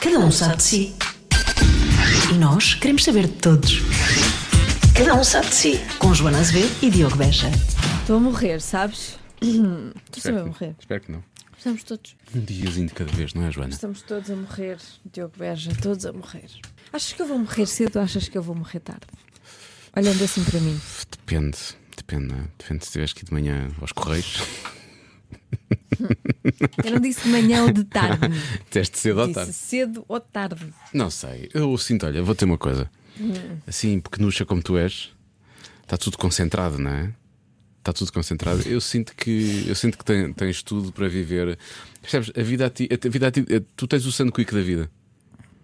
Cada um sabe de si. E nós queremos saber de todos. Cada um sabe de si. Com Joana Azevedo e Diogo Beja. Estou a morrer, sabes? Estou sempre a que- morrer. espero que não. Estamos todos, Um diazinho de cada vez, não é, Joana? estamos todos a morrer, Diogo Beja, todos a morrer. Achas que eu vou morrer cedo ou achas que eu vou morrer tarde? Olhando assim para mim. Depende, depende, não é? Depende se tiveres que ir de manhã aos Correios, Eu não disse de manhã ou de tarde. teste cedo à disse tarde. cedo ou tarde. Não sei, eu sinto, olha, vou ter uma coisa. Hum. Assim, pequenucha como tu és, está tudo concentrado, não é? Está tudo concentrado. Eu sinto que, eu sinto que ten- tens tudo para viver. Percebes? A vida a ti, a vida a ti- tu tens o sanduíche da vida.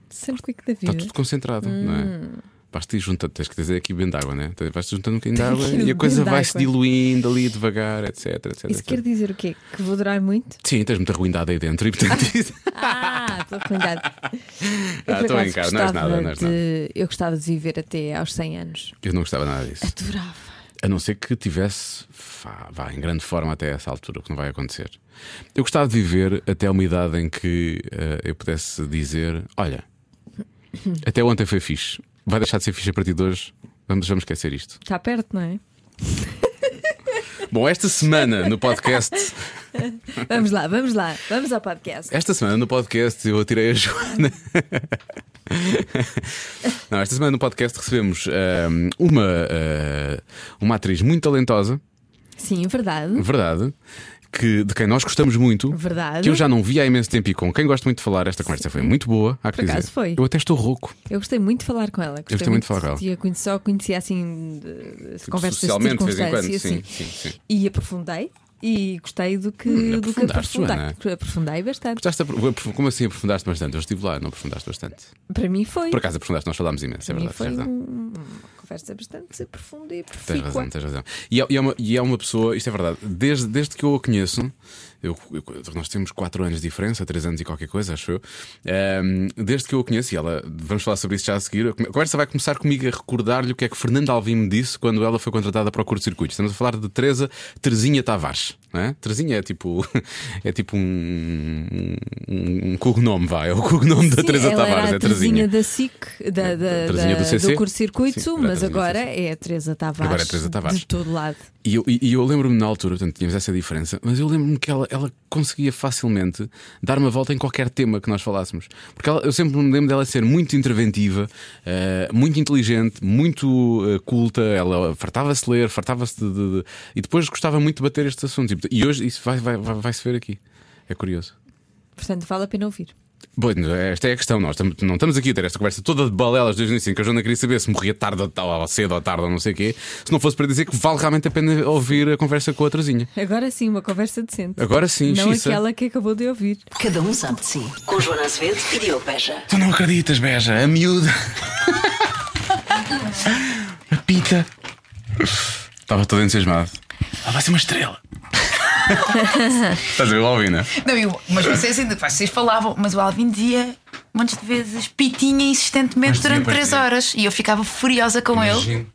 Sempre quick da Está vida. tudo concentrado, não Hum. é? Basta ir juntando, tens que dizer aqui bem de água, né? Basta juntando um bocadinho de Tenho água que ir e a bem coisa de vai-se água. diluindo ali devagar, etc, etc. Isso etc. quer dizer o quê? Que vou durar muito? Sim, tens muita ruindade aí dentro e portanto isso. Ah, estou cuidado. Ah, estou a brincar, não és nada, não és nada. Eu gostava de viver até aos 100 anos. Eu não gostava nada disso. Adorava. A não ser que tivesse vá, vá, em grande forma até essa altura, o que não vai acontecer. Eu gostava de viver até uma idade em que eh, eu pudesse dizer: olha, até ontem foi fixe, vai deixar de ser fixe a partir de hoje. Vamos, vamos esquecer isto. Está perto, não é? Bom, esta semana no podcast, Vamos lá, vamos lá, vamos ao podcast. esta semana no podcast eu atirei a Joana. Não, esta semana no podcast recebemos eh, uma, eh, uma atriz muito talentosa. Sim, verdade. Verdade. Que, de quem nós gostamos muito. Verdade. Que eu já não vi há imenso tempo e com quem gosto muito de falar. Esta conversa foi muito boa. Há que Por acaso dizer. foi. Eu até estou rouco. Eu gostei muito de falar com ela. Eu gostei muito de falar com ela. Tipo, E eu conheci- só conhecia assim de- de conversas socialmente, de de vez em quando. circunstância, Sim, assim. sim, sim. E aprofundei e gostei do que, do que aprofundaste, aprofundei. Joana. Que Aprofundei bastante. Gostaste de apro- Como assim aprofundaste bastante? Eu estive lá, não aprofundaste bastante. Para mim foi. Por acaso aprofundaste, nós falámos imenso, é Para mim verdade. foi é verdade. um- uma conversa bastante profunda e Tens profícua. razão, tens razão. E é, e é uma, e é uma pessoa, isto é verdade, desde, desde que eu a conheço, eu- eu- nós temos 4 anos de diferença, 3 anos e qualquer coisa, acho eu. ehm, desde que eu a conheço, e ela, vamos falar sobre isso já a seguir, a conversa vai começar comigo a recordar-lhe o que é que Fernando Alvim me disse quando ela foi contratada para o curto-circuito. Estamos a falar de Teresa Terezinha Tavares. Não é? Terezinha é tipo, é tipo um, um, um cognome, vai, é o cognome da Sim, Teresa ela Tavares, era é a Terezinha Terezinha. É, da SIC, da, da, Terezinha do da- CC. Sim, curto-circuito, era a mas Terezinha do agora CC. é a Teresa Tavares. Agora é a Teresa Tavares. De todo lado. E eu, e- e eu lembro-me na altura, portanto, tínhamos essa diferença, mas eu lembro-me que ela, ela conseguia facilmente dar uma volta em qualquer tema que nós falássemos. Porque ela- eu sempre me lembro dela ser muito interventiva, eh, muito inteligente, muito eh, culta, ela fartava-se de ler, fartava-se de, de- de- E depois gostava muito de bater estes assuntos. E, portanto, E hoje isso vai, vai, vai, se ver aqui. É curioso. Portanto, vale a pena ouvir. Bom, esta é a questão. Nós tam- não estamos aqui a ter esta conversa toda de balelas desde o início, em que a Joana queria saber se morria tarde ou, tal, ou cedo ou tarde ou não sei o quê, se não fosse para dizer que vale realmente a pena ouvir a conversa com a Trazinha. Agora sim, uma conversa decente. Agora sim, Não Xissa. aquela que acabou de ouvir. Cada um sabe de si. Com Joana Azevedo e Diogo Beja. Tu não acreditas, Beja, a miúda. a pita. Estava todo entusiasmado. Ela Ah, vai ser uma estrela. Estás a ver o Alvin, né? Não, eu, mas vocês ainda vocês falavam, mas o Alvin dizia montes de vezes pitinha Mas insistentemente dizia, durante pois três dizia. horas e eu ficava furiosa com ele.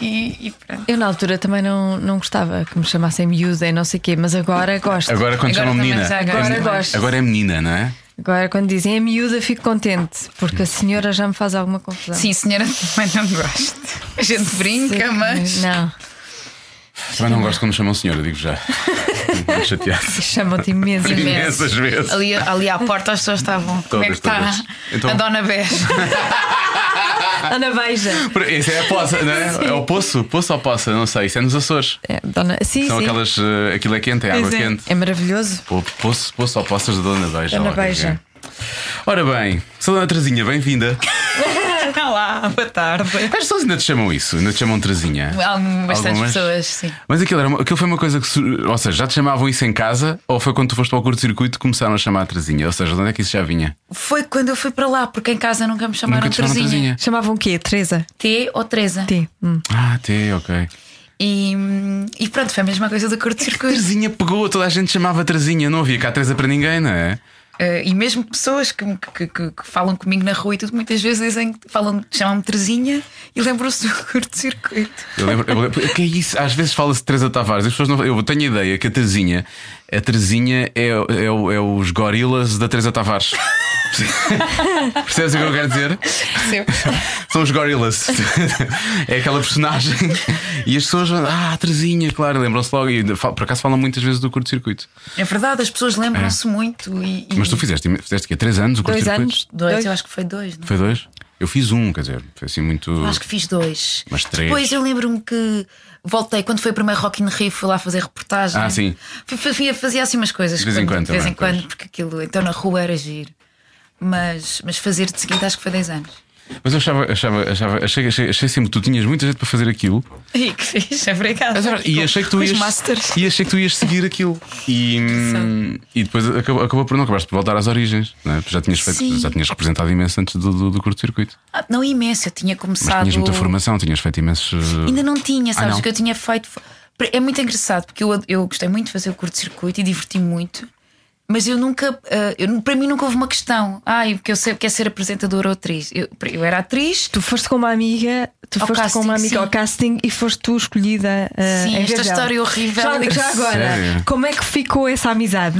E, e pronto. Eu na altura também não, não gostava que me chamassem miúda e não sei o quê, mas agora gosto. Agora quando Agora chamam também menina. já, agora é, menina- gosto. Agora é menina, não é? Agora quando dizem é miúda fico contente, porque a senhora já me faz alguma confusão. Sim, senhora, também não gosto. A gente brinca, mas. Não, Também não gosto quando me chamam senhora, digo já. Fico muito chateado. chamam-te imenso. Imenso. Imensas vezes. Ali, ali à porta as pessoas estavam. Como é que Todas, está todas. Então- a Dona Bés? Ana Beija. Isso é a poça, não é? É o poço, poço ou poça, não sei. Isso é nos Açores. É, dona... Sim, São sim. aquelas. eh, Aquilo é quente, é água Pois é. quente. É maravilhoso. Pô, Poço, poço ou poças da Dona Beija. Dona lá, que é que Beija. é. Ora bem, sou Dona Trazinha, bem-vinda. Olá, boa tarde. As pessoas ainda te chamam isso, ainda te chamam Trazinha. Algum- Bastantes Algumas? pessoas, sim. Mas aquilo, era uma- aquilo foi uma coisa que. sur- Ou seja, já te chamavam isso em casa ou foi quando tu foste para o curto-circuito que começaram a chamar a Trazinha? Ou seja, de onde é que isso já vinha? Foi quando eu fui para lá, porque em casa nunca me chamaram Nunca te chamaram Terezinha. Trazinha. Chamavam o quê? Teresa? T ou Teresa. T. Hum. Ah, até, ok. E, hum, e pronto, foi a mesma coisa do curto-circuito. Trazinha pegou, toda a gente chamava Trazinha, não havia cá Teresa para ninguém, não é? Eh, e mesmo pessoas que, me- que- que- que falam comigo na rua e tudo, muitas vezes dizem que falam, chamam-me Terezinha e lembram-se do curto-circuito. Eu lembro, eu lembro- que é isso? Às vezes fala-se de Teresa Tavares, as pessoas não, eu tenho a ideia que a Terezinha, a Terezinha é, é, o- é os gorilas da Teresa Tavares. Percebes o que eu quero dizer? Percebo. São os gorilas. é aquela personagem. E as pessoas, ah, Terezinha, claro, lembram-se logo. E fal- por acaso falam muitas vezes do curto-circuito. É verdade, as pessoas lembram-se muito. E, e É. Mas tu fizeste, fizeste o quê? Três anos o Dois curto-circuito? anos? Dois, Dois. eu acho que foi dois, não? Foi dois? Eu fiz um, quer dizer, foi assim muito. Eu Acho que fiz dois. Mas três. Depois eu lembro-me que voltei, quando foi o primeiro Rock in Rio, fui lá fazer reportagem. Ah, sim. Fui- fui- fui- fazia assim umas coisas. De vez em quando De vez também, em quando, pois. porque aquilo, então na rua era giro. Mas, mas fazer de seguida acho que foi 10 anos. Mas eu achava, achava, achava achei, achei, achei sempre que tu tinhas muita gente para fazer aquilo. E que fiz, obrigada. Mas era- e achei que tu Os ias. masters. E achei que tu ias seguir aquilo. E, hum, e depois acabou, acabou por não, acabaste por voltar às origens. não é? Tu Já tinhas, feito, Sim. já tinhas representado imenso antes do, do, do curto-circuito. Ah, não imenso, eu tinha Mas começado. tinhas muita formação, tinhas feito imensos. uh, Ainda não tinha, sabes? não? O que eu tinha feito. fo- É muito engraçado, porque eu, eu gostei muito de fazer o curto-circuito e diverti muito, mas eu nunca. ah, eu- para mim nunca houve uma questão. Ai, porque eu sei o que é ser apresentadora ou atriz. Eu, eu era atriz. Tu foste com uma amiga, tu Ao foste casting, com uma amiga sim. ao casting e foste tu escolhida. eh, Sim, em vez esta dela. história horrível. Já, já agora, Sério? como é que ficou essa amizade?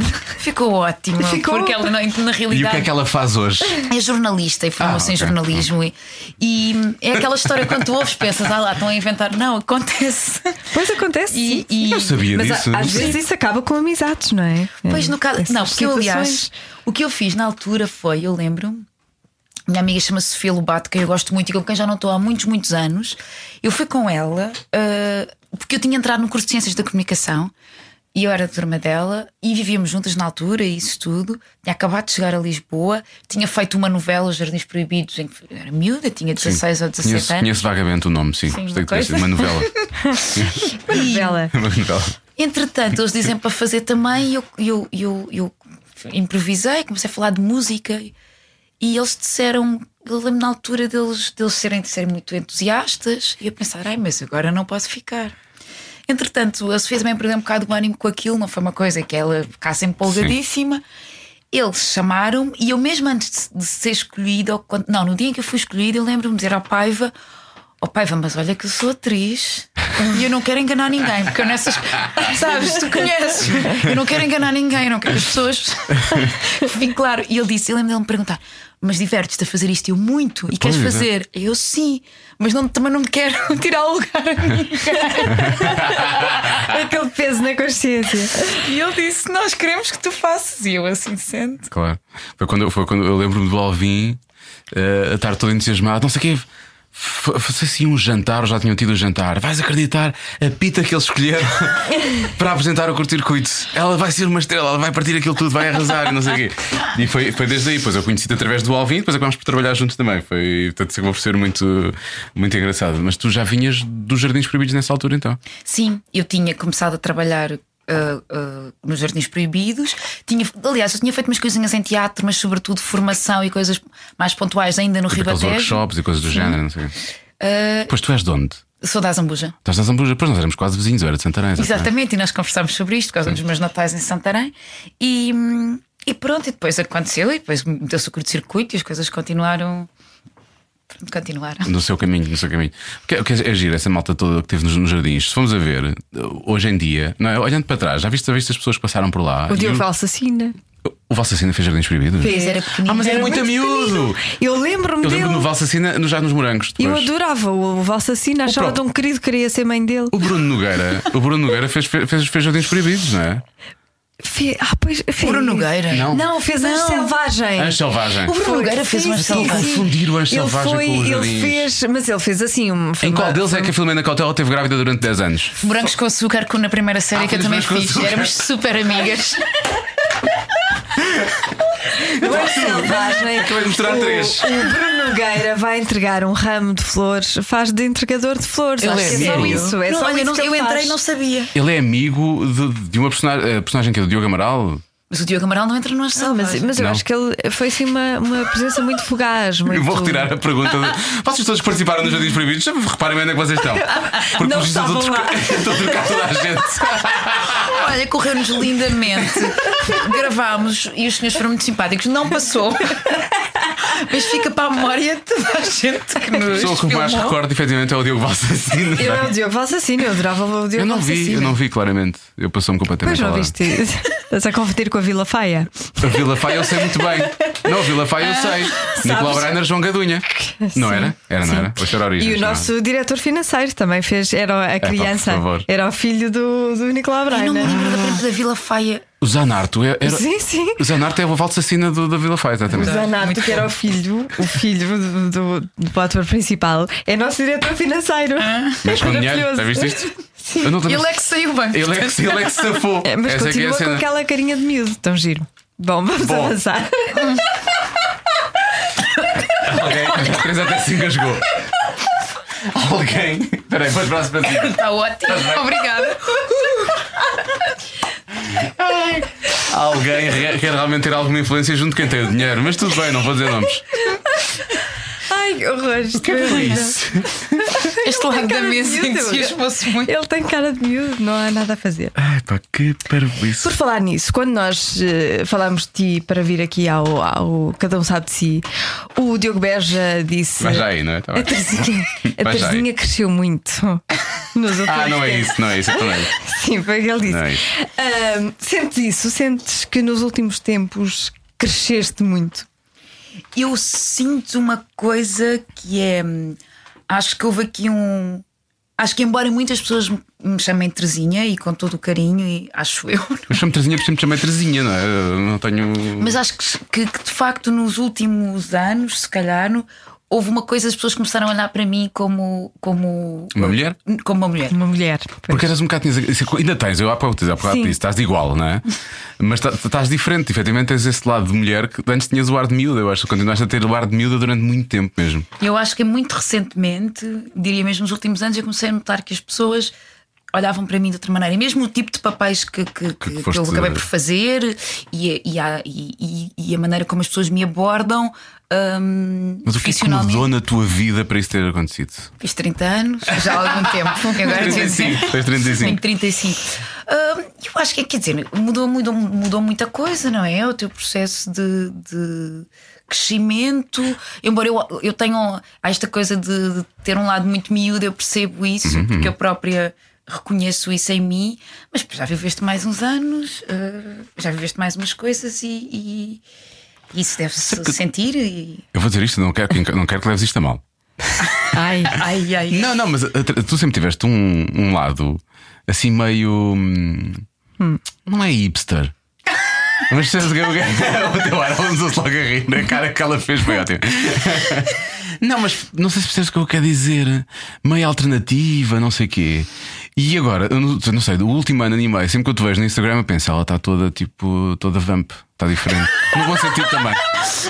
Ficou ótima, Ficou? porque ela, na, na E o que realidade. é que ela faz hoje? É jornalista e formou-se Ah, em ok. jornalismo e, e é aquela história quando tu ouves, pensas, ah lá, estão a inventar. Não, acontece. Pois acontece. sim. E- e- Eu sabia Mas disso. a- às não sei. vezes isso acaba com amizades, não é? Pois no caso. Essas Não, porque eu, aliás, situações. o que eu fiz na altura foi, eu lembro-me. Minha amiga chama-se Sofia Lobato, que eu gosto muito e com quem já não estou há muitos, muitos anos. Eu fui com ela ah, porque eu tinha entrado no curso de Ciências da Comunicação e eu era de turma dela e vivíamos juntas na altura e isso tudo. Tinha acabado de chegar a Lisboa, tinha feito uma novela, Os Jardins Proibidos, em que eu era miúda, tinha 16 ou 17 Conheço, anos. conheço vagamente o nome, sim. Sim, Gostei uma de ter sido coisa. uma novela. Bela. uma novela. Entretanto, eles dizem para fazer também, e eu, eu, eu, eu improvisei, comecei a falar de música e eles disseram. Eu lembro na altura deles, deles serem, de serem muito entusiastas e eu pensar, ai, mas agora não posso ficar. Entretanto, a Sofia também perdeu um bocado o ânimo com aquilo, não foi uma coisa que ela ficasse empolgadíssima. Eles chamaram-me e eu, mesmo antes de, de ser escolhida, ou quando- não, no dia em que eu fui escolhida, eu lembro-me de dizer à Paiva: Ó Paiva, mas olha que eu sou atriz e eu não quero enganar ninguém, porque eu nessas. Sabes, tu conheces. Eu não quero enganar ninguém, eu não quero as pessoas. Vim claro. E ele disse: Eu lembro dele me perguntar. Mas divertes-te a fazer isto? Eu muito. E queres Pois, é. fazer? Eu sim, mas não, também não me quero tirar o lugar a mim. é Aquele peso na consciência. E ele disse: Nós queremos que tu faças. E eu assim sente. Claro. Foi quando, eu- foi quando eu lembro-me do Alvin eh, a estar todo entusiasmado, não sei o quê. F- f- Foi assim um jantar, ou já tinham tido um jantar. Vais acreditar a pita que eles escolheram para apresentar o curto-circuito. Ela vai ser uma estrela, ela vai partir aquilo tudo, vai arrasar, e não sei o quê. E foi, foi desde aí, pois eu conheci-te através do Alvin, depois acabámos por trabalhar juntos também. Foi, portanto, isso acabou por ser muito, muito engraçado. Mas tu já vinhas dos Jardins Proibidos nessa altura, então? Sim, eu tinha começado a trabalhar ah, ah, nos Jardins Proibidos. Tinha, aliás, eu tinha feito umas coisinhas em teatro, mas sobretudo formação e coisas mais pontuais ainda no Tipo Aqueles Ribatejo. workshops e coisas do género, não sei o quê. Pois tu és de onde? Sou da Zambuja. Estás na Zambuja? Pois nós éramos quase vizinhos, eu era de Santarém. exatamente. Exatamente, e nós conversámos sobre isto por causa dos meus natais em Santarém. E, hum, e pronto, e depois aconteceu, e depois meteu-se o curto-circuito e as coisas continuaram. Pronto, Continuaram. No seu caminho, no seu caminho. O que, é- o que é, é giro, essa malta toda que teve nos, nos jardins, se formos a ver, hoje em dia, não é? olhando para trás, já viste, já viste as pessoas que passaram por lá? O E Diogo Valsassina. o Valsacina fez jardins proibidos? Pois era pequenino. Ah, mas era Era muito, miúdo! Eu lembro-me Eu dele. lembro no Valsacina, no, já nos morangos. Eu depois. adorava o Valsassina, achava próprio- tão querido, queria ser mãe dele. O Bruno Nogueira, o Bruno Nogueira fez, fez, fez, fez jardins proibidos, não é? Fe... Ah, pois, fe... Bruno Nogueira. Não. Não, fez a Não. selvagem. Anjo É Selvagem. O Bruno Foi, Nogueira fez sim, uma sim, selvagem. sim. Confundir o Anjo Ele Selvagem foi, com os ele Jardins. fez, mas ele fez assim um. Em qual uma- deles é que a Filomena Cautela teve grávida durante 10 anos? Morangos com açúcar, que na primeira série Ah, que eu fiz também morangos com fiz. açúcar. Éramos super amigas. O Anjo selvagem. Acabei de mostrar o, três. O Bruno Nogueira vai entregar um ramo de flores, faz de entregador de flores. Eu Acho que é lembro. só isso. É Não, só olha, isso não- que ele eu entrei faz. e não sabia. Ele é amigo de, de uma personagem, eh, personagem que é do Diogo Amaral? Mas o Diogo Amaral não entra no Anjo Não, mas, Selvagem. mas eu Não. acho que ele foi assim uma, uma presença muito fugaz. Muito... Eu vou retirar a pergunta. De... Vocês todos que participaram nos Jardins Proibidos, reparem onde é que vocês estão. Porque Não pelos vistos, eu estou estavam a trocar- estou a trocar toda a gente. Olha, correu-nos lindamente. Gravámos e os senhores foram muito simpáticos. Não passou. Mas fica para a memória de toda a gente que A nos. pessoa que mais filmou. recordo, efetivamente, é o Diogo Valsassino. Eu é o Diogo Valsassino, eu adorava o Diogo Eu não vi, Valsassino. eu não vi claramente. Eu passou-me Pois completamente não ao lado. viste. Estás a converter com a Vila Faia. A Vila Faia eu sei muito bem. Não, Vila Fai eu Ah, sei. Nicolau Breiner, João Gadunha. Não era? Era, não era? Vou chorar E o nosso diretor financeiro também fez, era a por criança, favor. era o filho do, do Nicolau Eu não me Breiner. lembro da frente da Vila Faia. O Zanarto é- era. Sim, sim. O Zanarto é a valsacina do, da Vila Fai, exatamente. Tá, Zanato, que era o filho, o filho do, do, do ator principal, é nosso diretor financeiro. Ah. Mas com dinheiro, Maravilhoso. já viste isto? Eu não te lembro- Ele é que saiu bem. ele, é que, ele é que se safou. É, mas Essa é que é continua a com cena. aquela carinha de miúdo, tão giro. Bom, vamos Bom. avançar. Alguém. A Teresa até se engasgou. Alguém. Peraí, põe os braços para cima. Está ótimo. Obrigada. Alguém re- quer realmente ter alguma influência junto de quem tem o dinheiro, mas tudo bem, não vou dizer nomes. Ai, que horror. isto é horrível. Este lado da Cara de mesa miúdo. entusiasmou-se muito. Ele tem cara de miúdo, não há nada a fazer. Ai pá, que parvoíce. Por falar nisso, quando nós eh, falámos de ti para vir aqui ao, ao Cada Um Sabe de Si, o Diogo Beja disse. Vai já aí, não é? Tá bem. A Terezinha, a Vai já aí. Terezinha cresceu muito nos últimos Ah, não é tempos." isso, não é isso, eu também. Sim, foi o que ele disse. Não é isso. Ahm, sentes isso? Sentes que nos últimos tempos cresceste muito? eu sinto uma coisa que é. hum, Acho que houve aqui um. Acho que, embora muitas pessoas me- me chamem Terezinha e com todo o carinho, e acho eu, Eu chamo Terezinha, por sempre chamei Terezinha, não é? Eu não tenho. mas acho que, que- que, de facto nos últimos anos, se calhar, no- houve uma coisa, as pessoas começaram a olhar para mim como. como Uma mulher? Como uma mulher. Uma mulher. Porque eras um bocado. tinhas esse- Ainda tens, eu há pouco, há pouco Sim. disse, estás de igual, não é? Mas tá- estás diferente, efetivamente tens esse lado de mulher que antes tinhas o ar de miúda, eu acho que continuaste a ter o ar de miúda durante muito tempo mesmo. Eu acho que é muito recentemente, diria mesmo nos últimos anos, eu comecei a notar que as pessoas olhavam para mim de outra maneira. E mesmo o tipo de papéis que, que- que- que foste- eu acabei por fazer e, a- e a, e- e- e a maneira como as pessoas me abordam. hum, Mas o que é que profissionalmente. mudou na tua vida para isso ter acontecido? Fiz 30 anos, já há algum tempo. Agora tinha 35, tens 35. Tenho 35. Hum, eu acho que, quer dizer, mudou, mudou, mudou muita coisa, não é? O teu processo de, de crescimento. Embora eu, eu tenha há esta coisa de, de ter um lado muito miúdo, eu percebo isso, porque eu própria reconheço isso em mim. Mas já viveste mais uns anos, ah, já viveste mais umas coisas e. e isso deve-se sentir e. Eu vou dizer isto, não quero que, não quero que leves isto a mal. Ai, Ai, ai. Não, não, mas a- a- tu sempre tiveste um, um lado assim meio. hum, Não é hipster. Mas sabes o que é o que é? O teu ar, vamos logo a rir na cara que ela fez, foi ótimo. Não, mas não sei se percebes o que eu quero dizer. Meio alternativa, não sei o quê. E agora, eu não, não sei, do último ano e meio, sempre que eu te vejo no Instagram, eu penso, ela está toda tipo, toda vamp, está diferente. No bom sentido também.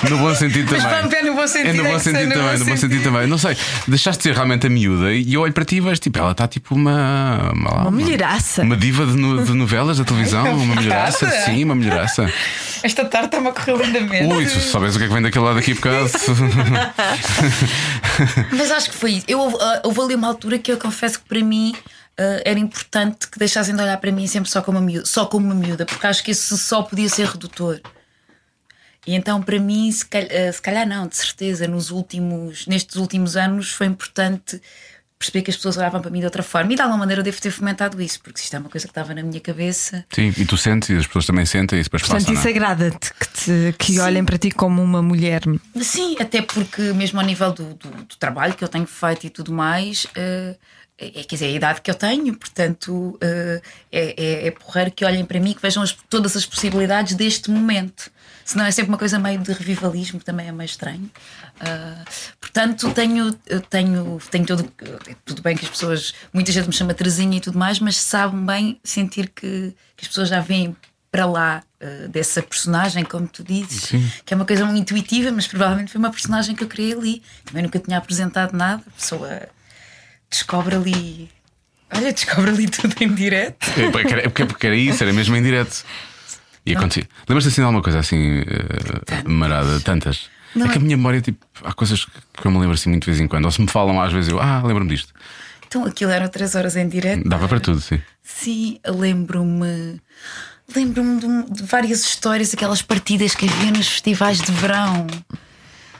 No bom sentido também. vamp é no bom sentido, É no é bom que sei, sentido no também, bom no bom sentido também. Não sei, deixaste de ser realmente a miúda e eu olho para ti e vejo, tipo, ela está tipo uma. Uma, uma mulheraça. uma diva de, no- de novelas da televisão, uma melhoraça, sim, uma melhoraça. Esta tarde está-me a correr lindamente. Ui, se soubes o que é que vem daquele lado aqui por causa. Mas acho que foi isso. Eu, ah, houve ali uma altura que eu confesso que para mim ah, era importante que deixassem de olhar para mim sempre só como, uma miúda, só como uma miúda, porque acho que isso só podia ser redutor. E então, para mim, se calhar, se calhar não, de certeza, nos últimos, nestes últimos anos foi importante perceber que as pessoas olhavam para mim de outra forma. E de alguma maneira eu devo ter fomentado isso, porque isto é uma coisa que estava na minha cabeça. Sim, e tu sentes e as pessoas também sentem e depois Portanto, passam. não é? isso agrada-te que, te- que olhem para ti como uma mulher. Sim, até porque mesmo ao nível do, do, do trabalho que eu tenho feito e tudo mais, eh, é, quer dizer, é a idade que eu tenho, portanto eh, é, é, é porreiro que olhem para mim e que vejam as- todas as possibilidades deste momento. Senão é sempre uma coisa meio de revivalismo, que também é meio estranho. Ah, portanto, tenho, eu tenho, tenho todo. eh, Tudo bem que as pessoas. Muita gente me chama Terezinha e tudo mais, mas sabem bem sentir que, que as pessoas já veem para lá eh, dessa personagem, como tu dizes, que é uma coisa muito intuitiva, mas provavelmente foi uma personagem que eu criei ali. Também nunca tinha apresentado nada, a pessoa descobre ali. Olha, descobre ali tudo em direto. É porque era- é porque- porque era isso, era mesmo em direto. E acontecia. Lembras-te assim de alguma coisa assim, eh, marada, tantas? Não é que a é- minha memória, tipo, há coisas que eu me lembro assim muito de vez em quando. Ou se me falam às vezes, eu, ah, lembro-me disto. Então aquilo eram três horas em direto. Dava para tudo, sim. Sim, lembro-me. Lembro-me de, um- de várias histórias, aquelas partidas que havia nos festivais de verão.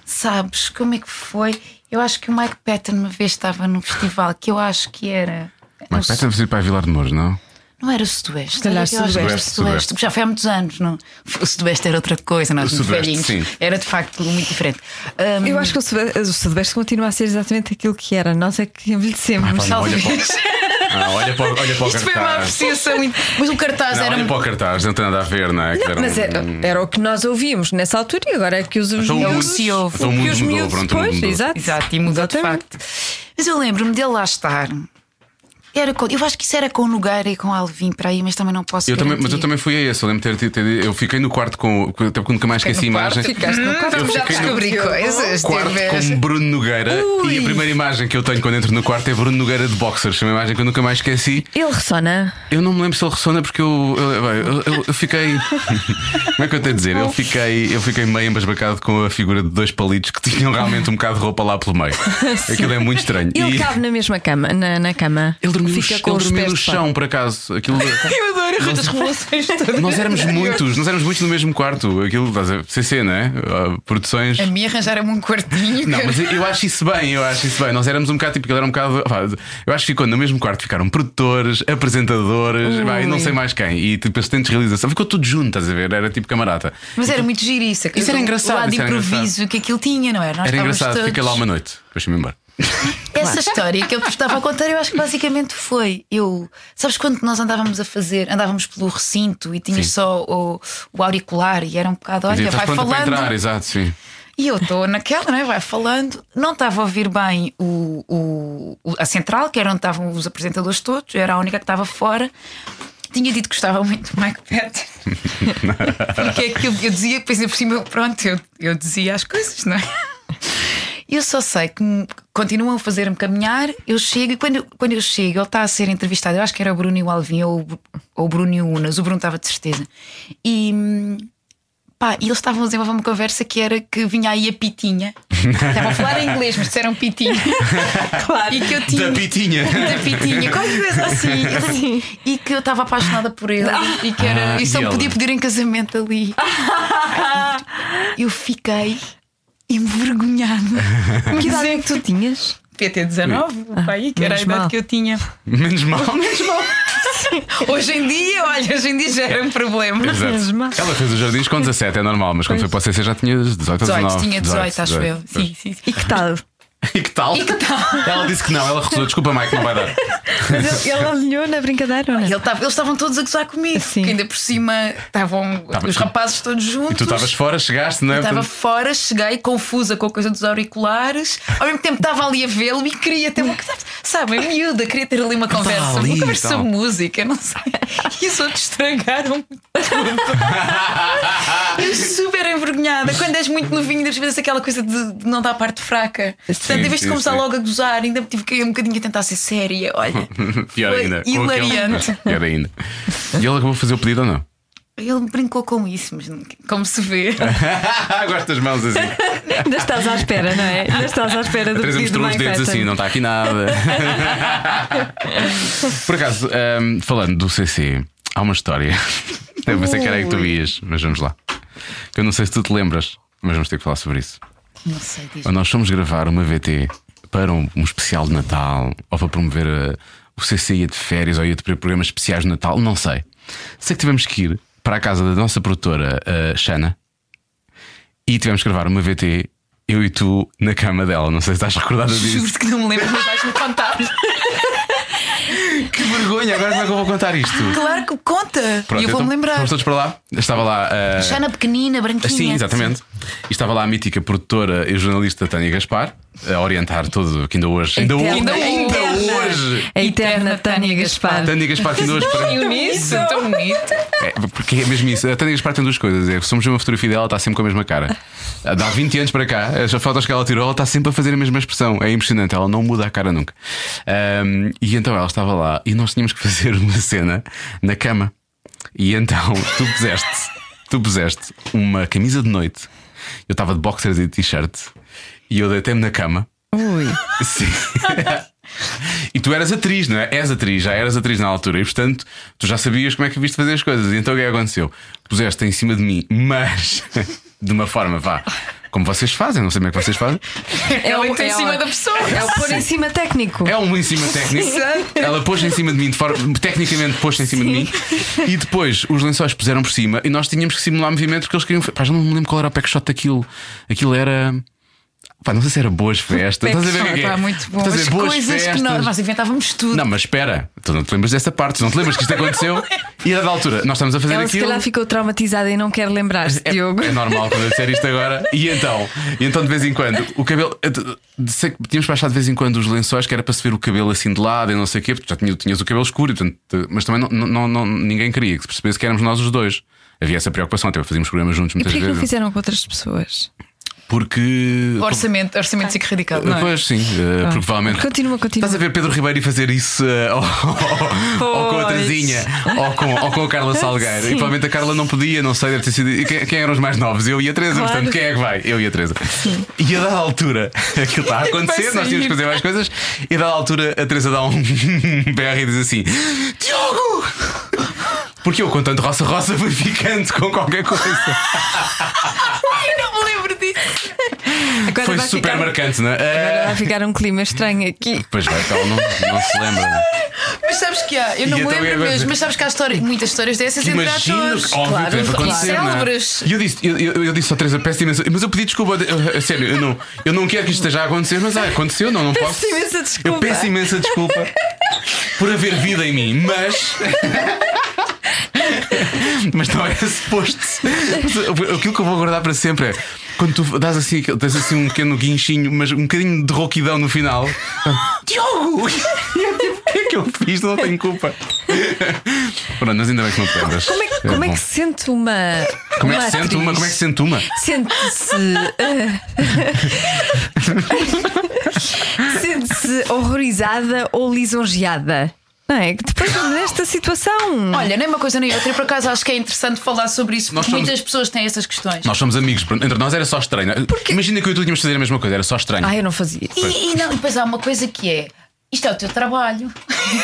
Sabes como é que foi? Eu acho que o Mike Patton uma vez estava num festival que eu acho que era. Mas não parece que ir para a Vilar de Mouros, não? Não era o Sudoeste. Se calhar era aquele- Sudoeste. Sudoeste, Sudoeste, que já foi há muitos anos, não? O Sudoeste era outra coisa, nós O muito Sudoeste, velhinhos. sim. Era de facto muito diferente. Ahm, Eu acho que o Sudeste- o Sudeste continua a ser exatamente aquilo que era. Nós é que envelhecemos. Pá, não, olha para, talvez. o- ah, olha para, o- olha para o Isto foi uma cartaz. apreciação muito. Mas o cartaz Não, era. olha para o cartaz, não tem nada a ver, não é? Aquilo era Mas um- era, era o que nós ouvíamos nessa altura e agora é que os Então o miúdos- mundo- se ouve. então o que mundo os mudou, miúdos- pronto, o mundo pois, mudou. Exato. Exato, e mudou de Exatamente. facto. Mas eu lembro-me dele lá estar. Era com- eu acho que isso era com o Nogueira e com o Alvim para aí, mas também não posso. Eu também, mas eu garantir. também fui a esse. Eu lembro de ter, ter, ter- Eu fiquei no quarto com. com- Até porque nunca mais esqueci a imagem. Ficaste no quarto. Eu Já fiquei no descobri coisas. quarto Deus. com Bruno Nogueira. E a primeira imagem que eu tenho quando entro no quarto é Bruno Nogueira de boxers. É Uma imagem que eu nunca mais esqueci. Ele ressona. Eu não me lembro se ele ressona porque eu. Eu, bem, eu- eu- eu fiquei. Como é que eu tenho a dizer? Eu fiquei, eu fiquei meio embasbacado com a figura de dois palitos que tinham realmente um bocado de roupa lá pelo meio. Aquilo é muito estranho. Ele E- cabe na mesma cama, na, na cama. Ele dormiu, no Fica ch- com ele os dormiu pés no de fora. chão, por acaso. Aquilo, Eu adoro eu Nós- relações nós éramos muitos, nós éramos muitos no mesmo quarto. Aquilo, estás a ver, CC, não é? Ah, Produções. A minha arranjaram-me um quartinho. Não, mas eu acho isso bem, eu acho isso bem. Nós éramos um bocado tipo, ele era um bocado. pá, Eu acho que ficou no mesmo quarto, ficaram produtores, apresentadores, pá, e não sei mais quem. E tipo, assistentes de realização. Ficou tudo junto, estás a ver? Era tipo camarada. Mas era muito giro isso. Isso era engraçado, O lado isso era improviso que aquilo tinha, não era? Nós Era estávamos engraçado, todos- fiquei lá um uma noite. Deixa-me embora. Essa história que eu te estava a contar, eu acho que basicamente foi. Eu. Sabes quando nós andávamos a fazer? Andávamos pelo recinto e tinhas Sim. só o, o auricular e era um bocado, olha, Dizia, vai estás pronta para falando. entrar, exato, sim. E eu estou naquela, né? vai falando. Não estava a ouvir bem o, o- o- a central, que era onde estavam os apresentadores todos, eu era a única que estava fora. Tinha dito que gostava muito do Mike Patton. Porque é que eu, eu dizia, pois é por cima, eu- pronto, eu, eu dizia as coisas, não é? Eu só sei que me- continuam a fazer-me caminhar, eu chego e quando, quando eu chego, ele está a ser entrevistado, eu acho que era o Bruno e o Alvin ou, o Bru- ou o Bruno e o Unas, o Bruno estava de certeza. E. hum, Pá, e eles estavam a desenvolver uma conversa que era que vinha aí a Pitinha. Estavam a falar em inglês, mas disseram Pitinha. claro. E que eu tinha. Da Pitinha. Da Pitinha, qualquer coisa assim. Eu lembro- E que eu estava apaixonada por ele. E que era. Ah, e só e me podia ela? pedir em casamento ali. eu fiquei envergonhada. Que idade é que tu tinhas? PT19, pai, que era a menos idade mal. que eu tinha. Menos mal. Hoje em dia, olha, hoje em dia já era um problema. É, Menos mal. Ela fez os jardins com 17, é normal, mas quando foi para o CC já tinha 18 ou 18, 19. tinha 18, acho eu. Sim, sim, sim. E que tal? E que tal? Ela disse que não, ela recusou. Desculpa, Mike, não vai dar. Mas ele, ele olhou na brincadeira ou E não? ele tava- eles estavam todos a gozar comigo, Sim. que ainda por cima estavam Tava- os rapazes todos juntos. E tu estavas fora, chegaste, não é? Eu estava Portanto, fora, cheguei confusa com a coisa dos auriculares, ao mesmo tempo estava ali a vê-lo e queria ter uma. Sabe, miúda, queria ter ali uma conversa, ali, uma conversa então. sobre música, não sei. E os outros estragaram tudo. Eu super envergonhada. Quando és muito novinho, deves vezes aquela coisa de, de não dar parte fraca. Portanto, em vez de sim, começar sim. logo a gozar, ainda tive que ir um bocadinho a tentar ser séria. Olha, Pior Foi ainda. com aquele- hilariante. Pior ainda. E ele acabou de fazer o pedido ou não? ele brincou com isso, mas não- como se vê. É. Gosto das mãos assim. A Ainda estás à espera, não é? Ainda estás à espera do Teresa pedido do mostrou os Mike dedos Patton. assim, não está aqui nada. Por acaso, ahm, falando do CC, há uma história. Eu pensei que era aí que tu ias, mas vamos lá. Que eu não sei se tu te lembras, mas vamos ter que falar sobre isso. Não sei disso. Nós fomos gravar uma VT para um, um especial de Natal ou para promover a- o CC ia de férias ou ia de programas especiais de Natal, não sei. Sei que tivemos que ir para a casa da nossa produtora, a Xana, e tivemos que gravar uma VT, eu e tu, na cama dela. Não sei se estás recordada disso. Juro-te que não me lembro, mas vais-me contar. Que vergonha, agora como é que eu vou contar isto? Ah, Claro que conta! E eu vou-me então, lembrar. Fomos todos para lá. Estava lá a. Já na pequenina, branquinha. É. Sim, exatamente. E estava lá a mítica produtora e jornalista Tânia Gaspar a orientar todo, que ainda hoje. assim. Ainda, hoje- Eterna, ainda eterna. hoje. A eterna Tânia Gaspar. Tânia Gaspar tem duas. para- Isso, tão bonito. É, porque é mesmo isso. A Tânia Gaspar tem duas coisas. É, somos uma fotografia dela, está sempre com a mesma cara. Dá 20 anos para cá, as fotos que ela tirou, ela está sempre a fazer a mesma expressão. É impressionante, ela não muda a cara nunca. Ahm, e então ela estava lá e nós tínhamos que fazer uma cena na cama. E então tu puseste, tu puseste uma camisa de noite. Eu estava de boxers e de t-shirt e eu deitei-me na cama. Ui. Sim. E tu eras atriz, não é? És atriz, já eras atriz na altura e portanto tu já sabias como é que viste fazer as coisas. E então o que é que aconteceu? Puseste em cima de mim, mas de uma forma, vá, Como vocês fazem, não sei como é que vocês fazem. É o o- muito em é o- cima da pessoa. É o pôr em cima técnico. É um em cima técnico. Ela pôs em cima de mim, de forma, tecnicamente pôs em cima de mim. E depois os lençóis puseram por cima e nós tínhamos que simular movimento porque eles queriam. Pá, já não me lembro qual era o pack shot daquilo. Aquilo era. Pá, não sei se era boas festas. Estás a ver o que é que é? Pá, muito bom. Estás a Mas ver, boas coisas festas. que nós, nós inventávamos tudo. Não, mas espera, tu não te lembras dessa parte, não te lembras que isto aconteceu? E a da altura, nós estamos a fazer Ela se aquilo. calhar ficou traumatizada e não quer lembrar-se, É, Diogo. é normal quando eu disser isto agora. E então, e então de vez em quando, o cabelo. eu te- de- sei que Tínhamos baixado de vez em quando os lençóis, que era para se ver o cabelo assim de lado e não sei o quê, porque já tinha- tinhas o cabelo escuro, e, portanto, te- mas também não, não- não- ninguém queria que se percebesse que éramos nós os dois. Havia essa preocupação, até fazíamos programas juntos E muitas porquê que não vezes. fizeram com outras pessoas? Porque. Orçamento, orçamento psico radical, não é? Pois sim, eh, porque provavelmente. Ah. Continua, continua. Estás a ver Pedro Ribeiro e fazer isso eh, ou, ou- ou com a Pois. Terezinha ou com, ou com a Carla Salgueiro. E provavelmente a Carla não podia, não sei, deve ter sido. e Quem, quem eram os mais novos? Eu e a Teresa, Claro. portanto, quem é que vai? Eu e a Teresa. E a dada altura, aquilo está a acontecer, nós tínhamos que fazer mais coisas, e a dada altura a Teresa dá um PR e diz assim: Diogo! Porque eu, com tanto roça-roça, fui ficando com qualquer coisa. Não me lembro disso. Agora Foi vai super ficar- marcante, não é? Agora vai Eh, ficar um clima estranho aqui. Pois vai, então não, não se lembra. não é? Mas sabes que há, eu não E me então lembro eu- mesmo, mas sabes que há história, muitas histórias dessas entre Imagino atores. que óbvio que deve acontecer. não é? Célebres. E eu disse, eu, eu, eu disse só Teresa, peço imenso. Mas eu pedi desculpa, de- eu- eu- sério, eu não, eu não quero que isto esteja a acontecer, mas ah, aconteceu, não, não posso. imensa Eu desculpa. peço imensa desculpa por haver vida em mim, mas. Mas não é suposto. Aquilo que eu vou guardar para sempre é quando tu dás assim, tens assim um pequeno guinchinho, mas um bocadinho de rouquidão no final. Diogo! E eu digo, O que é que eu fiz? Não tenho culpa. Pronto, mas ainda bem que não te lembras. Como é, que- como é bom. que se sente uma. Como é que se sente uma? Como é que se sente uma? Sente-se. eh, Sente-se horrorizada ou lisonjeada? Não é? Que Depois desta situação. Olha, nem uma coisa nem outra, eu por acaso acho que é interessante falar sobre isso, Nós porque somos- muitas pessoas têm essas questões. Nós somos amigos, pronto, entre nós era só estranho. Imagina que eu e tu tínhamos de fazer a mesma coisa, era só estranho. Ah, eu não fazia isso. E, e não, e depois há uma coisa que é. Isto é o teu trabalho.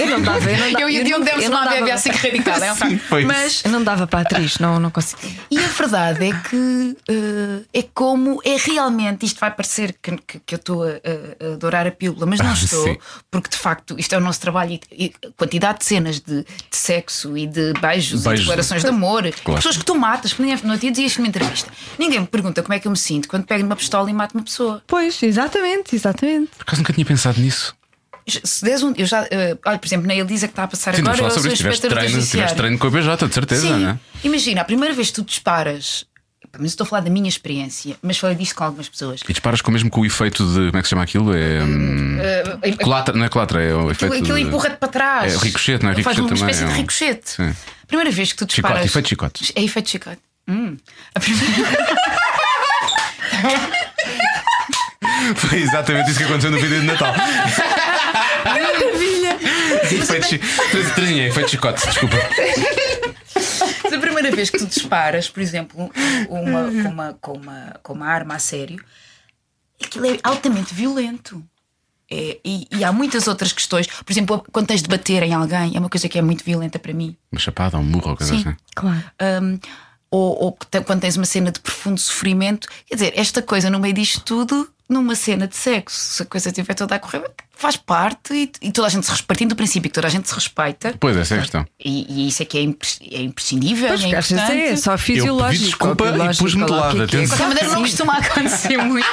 Eu não dava. Eu, não dava, Eu e o Diogo não- demos eu não uma dava- ABB assim radical, é um facto. foi isso. Mas Eu não dava para a atriz, não, não conseguia. E a verdade é que eh, é como é realmente, isto vai parecer que, que, que eu estou a, a- a adorar a pílula, mas não Ah, estou, sim. porque de facto isto é o nosso trabalho e, e a quantidade de cenas de, de sexo e de beijos e Beijos. declarações de amor, Claro. pessoas que tu matas, que ninguém no outro dia dizias numa entrevista. Ninguém me pergunta como é que eu me sinto quando pego numa pistola e mato uma pessoa. Pois, exatamente, exatamente. Por acaso nunca tinha pensado nisso. Se des um. Eu já, eh, olha, por exemplo, na Elisa que está a passar Sim, vamos agora, falar eu sobre sou isso. Tiveste inspectora treino, tiveste judiciária. treino com a PJ, de certeza, Sim. não é? Imagina, a primeira vez que tu disparas, mas estou a falar da minha experiência, mas falei disto com algumas pessoas. E disparas com mesmo com o efeito de. Como é que se chama aquilo? É. hum, Colatra, não é colatra, é o efeito. Uh, Aquilo, aquilo de- empurra-te para trás. É ricochete, não é? Faz Ricochete uma também, espécie é de um- ricochete. Sim. Primeira vez que tu disparas. Chicote, efeito chicote. É efeito chicote. Hum. A primeira... Foi exatamente isso que aconteceu no vídeo de Natal. Efeito chi- Teresa- Teresinha, efeito chicote, desculpa. a primeira vez que tu disparas, por exemplo, uma- Uhum. com, uma, com, uma, com uma arma a sério, aquilo é altamente violento. É, e, e há muitas outras questões. Por exemplo, quando tens de bater em alguém, é uma coisa que é muito violenta para mim. Uma chapada, um murro ou coisa Sim. assim. Claro. Hum, ou, ou que te- quando tens uma cena de profundo sofrimento. Quer dizer, esta coisa no meio disto tudo, numa cena de sexo, se a coisa estiver toda a correr, faz parte e, e toda a gente se res- partindo do princípio que toda a gente se respeita. Pois, essa é a questão. E, e isso é que é, impres- é imprescindível. Pois, é porque achas importante. é só fisiológico. desculpa ou e biológico, pus-me de ou lá o lado, que é que é. atenção. De qualquer maneira, não costuma acontecer muito.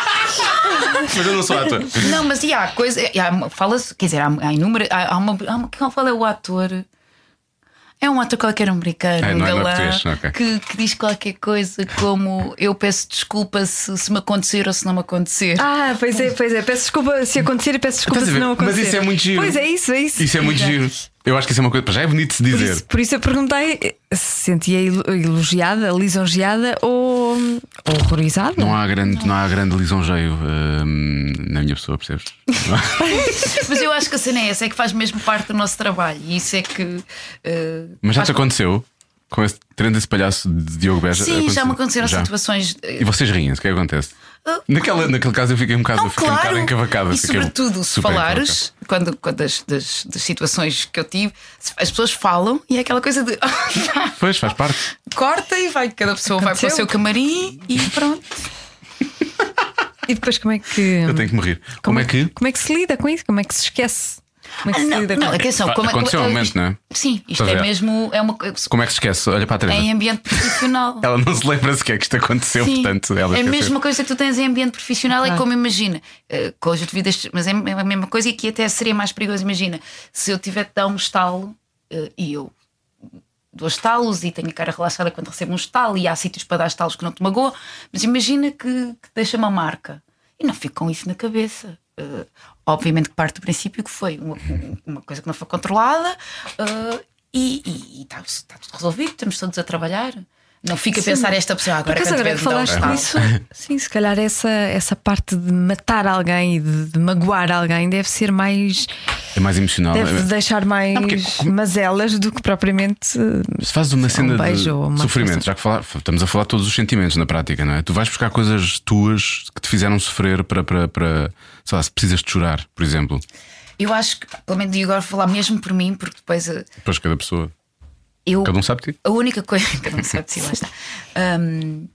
Mas eu não sou ator. Não, mas e há coisa. e há uma- Fala-se, quer dizer, há, há inúmeras. Há, há uma, há uma- qual fala é o ator? É um ator qualquer americano, É, um não é- não é galã, português, ok. que, que diz qualquer coisa como eu peço desculpa se, se me acontecer ou se não me acontecer. Ah, pois é, pois é. Peço desculpa se acontecer e peço desculpa Estás a se ver? não Mas acontecer. isso é muito giro. Pois é, isso, é isso. Isso é muito giro. Eu acho que isso é uma coisa. Já é bonito de se por, dizer. isso, por isso eu perguntei eh, se sentia elo- elogiada, lisonjeada ou ou horrorizada. Não há grande, não. há grande lisonjeio hum, na minha pessoa, percebes? Não há. Mas eu acho que a cena é essa, é que faz mesmo parte do nosso trabalho e isso é que. eh, Mas já te faz- aconteceu com esse trem desse palhaço de Diogo Beja? Sim, já aconteceu? me aconteceram Já. situações. E eh, vocês riem-se, o que é que acontece? Ah. Naquela, naquele caso eu fiquei um bocado, Não, fiquei um bocado claro. encavacado. E fiquei um sobretudo, se super falares, quando, quando das, das, das situações que eu tive, as pessoas falam e é aquela coisa de "Ah, encavacado. Pois, faz parte. corta e vai, cada pessoa vai para o Aconteceu. seu camarim e pronto. E depois como é que. Eu tenho que me rir. Como, é que. Como é que se lida com isso? Como é que se esquece? Como é que se Ah, Não, lida não, com isso? atenção, Fa- como é- como- aconteceu um momento, não é? Sim, isto Estás a é ver? mesmo. É uma, co- Como é que se esquece? Olha para a Teresa. em ambiente profissional. Ela não se lembra sequer que isto aconteceu, É. Sim. portanto, ela é a esqueceu. mesma coisa que tu tens em ambiente profissional, é como imagina, eh, com as devidas, mas é a mesma coisa e aqui até seria mais perigoso. Imagina, se eu tiver de dar um estalo eh, e eu dou estalos e tenho a cara relaxada quando recebo um estalo e há sítios para dar estalos que não te magoa, mas imagina que, que deixa uma marca e não fico com isso na cabeça. Eh, obviamente que parte do princípio que foi uma, uma coisa que não foi controlada eh, e está tudo resolvido, estamos todos a trabalhar. Não fica a pensar esta pessoa agora. Porque quando agora tiver que de dar um falaste estalo." nisso, sim, se calhar essa, essa parte de matar alguém e de, de magoar alguém deve ser mais. É mais emocional. deve deixar mais porque como- mazelas do que propriamente. eh, Se fazes uma cena de beijo ou uma sofrimento, coisa. já que falar, estamos a falar todos os sentimentos na prática, não é? Tu vais buscar coisas tuas que te fizeram sofrer para, para, para sei lá, se precisas de chorar, por exemplo, Eu acho que, pelo menos, e agora vou falar mesmo por mim, porque depois eh, depois cada pessoa. eu. Cada um sabe de ti. A única coisa. Cada um sabe de si, lá está. Hum,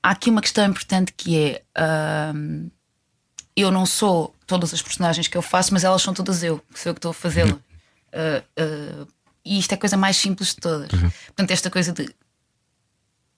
há aqui uma questão importante que é. hum, eu não sou todas as personagens que eu faço, mas elas são todas eu, que sou eu que estou a fazê-la. Ah, ah, e isto é a coisa mais simples de todas. Portanto, esta coisa de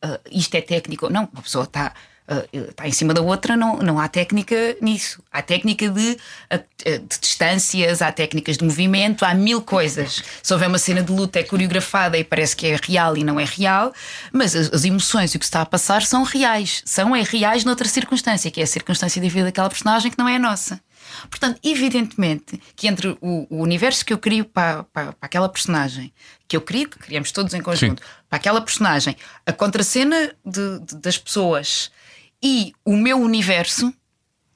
ah, isto é técnico ou não, uma pessoa está. ah, está em cima da outra, não, não há técnica nisso. Há técnica de, ah, de distâncias, há técnicas de movimento, há mil coisas. Se houver uma cena de luta é coreografada e parece que é real e não é real, mas as, as emoções e o que se está a passar são reais. São é reais noutra circunstância, que é a circunstância da vida daquela personagem que não é a nossa. Portanto, evidentemente que entre o, o universo que eu crio para, para, para aquela personagem, que eu crio, que criamos todos em conjunto, para aquela personagem, a contracena de, de- das pessoas e o meu universo,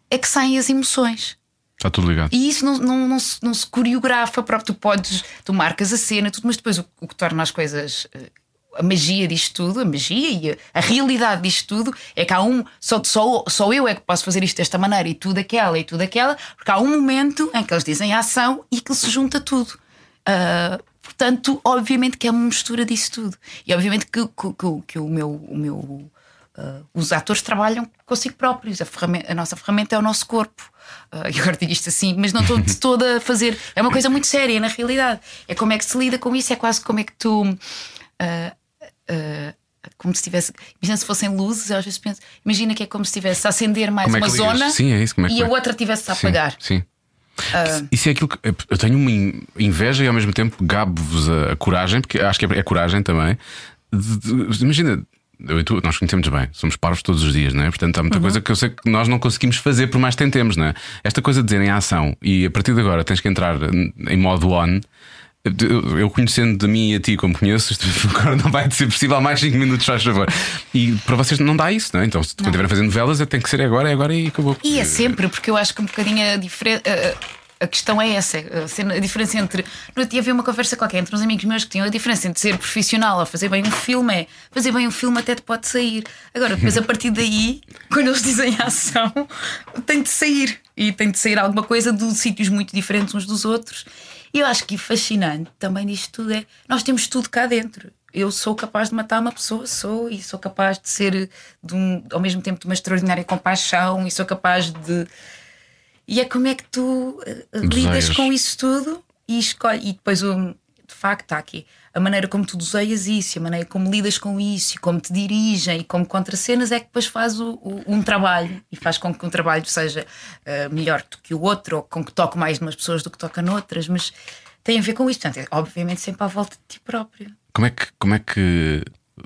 é que saem as emoções. Está tudo ligado. E isso não, não, não, se, não se coreografa próprio. Tu podes, tu marcas a cena, tudo, mas depois o, o que torna as coisas. eh, A magia disto tudo, a magia e a, a realidade disto tudo é que há um. Só, só, só eu é que posso fazer isto desta maneira e tudo aquela e tudo aquela, porque há um momento em que eles dizem a ação e que se junta tudo. Ah, portanto, obviamente que é uma mistura disso tudo. E obviamente que, que, que- que o meu. O meu ah, os atores trabalham consigo próprios, a, ferramen- a nossa ferramenta é o nosso corpo. Ah, e agora digo isto assim, mas não estou de toda a fazer. É uma coisa muito séria, na realidade. É como é que se lida com isso, é quase como é que tu. ah, ah, como se tivesse. Imagina se fossem luzes, eu às vezes penso. Imagina que é como se estivesse a acender mais Como é uma que ligas? zona Sim, é isso, como é que- e a outra estivesse a Ah. Sim, apagar. Sim. Isso é aquilo que eu tenho uma in- inveja e ao mesmo tempo gabo-vos a, a coragem, porque acho que é, é coragem também. de- de- imagina, eu e tu, nós conhecemos bem, somos parvos todos os dias, não é? Portanto, há muita Uhum. coisa que eu sei que nós não conseguimos fazer por mais que tentemos, não é? Esta coisa de dizerem ação e a partir de agora tens que entrar n- em modo on. Eu eu conhecendo de mim e a ti como conheço, isto agora não vai ser possível há mais 5 minutos, faz favor. E para vocês não dá isso, não é? Então, se quando estiverem fazendo velas, é- tem que ser agora, é agora e acabou. E é sempre, porque eu acho que um bocadinho a diferença. A questão é essa, a cena- a diferença entre. No outro dia havia uma conversa qualquer entre uns amigos meus que tinham a diferença entre ser profissional ou fazer bem um filme é fazer bem um filme até te pode sair. Agora, depois a partir daí, quando eles dizem a ação, tem de sair. E tem de sair alguma coisa de sítios muito diferentes uns dos outros. E eu acho que é fascinante também disto tudo é. Nós temos tudo cá dentro. Eu sou capaz de matar uma pessoa, sou, e sou capaz de ser, de um- ao mesmo tempo, de uma extraordinária compaixão, e sou capaz de. E é como é que tu eh, eh, lidas Desejos. com isso tudo e escolhe. E depois, um, de facto, está aqui a maneira como tu deseias isso, e a maneira como lidas com isso, e como te dirigem, e como contracenas, é que depois faz o- o- um trabalho e faz com que um trabalho seja eh, melhor do que o outro, ou com que toque mais umas pessoas do que toca noutras, mas tem a ver com isso. Portanto, é, obviamente, sempre à volta de ti próprio. Como é que, como é que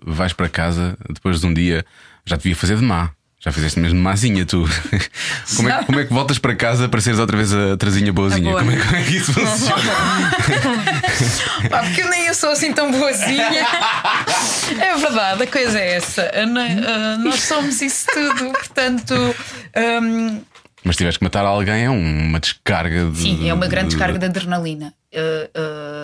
vais para casa depois de um dia já devia fazer de má? Já fizeste mesmo mazinha tu. Como é, que- como é que voltas para casa para seres outra vez a trazinha boazinha? Como, é, como é que isso funciona? Pá, porque nem eu sou assim tão boazinha. É verdade, a coisa é essa. Ah, não é? Ah, nós somos isso tudo, portanto. hum, Mas se tiveres que matar alguém é uma descarga de. Sim, é uma grande de- descarga de adrenalina. Uh,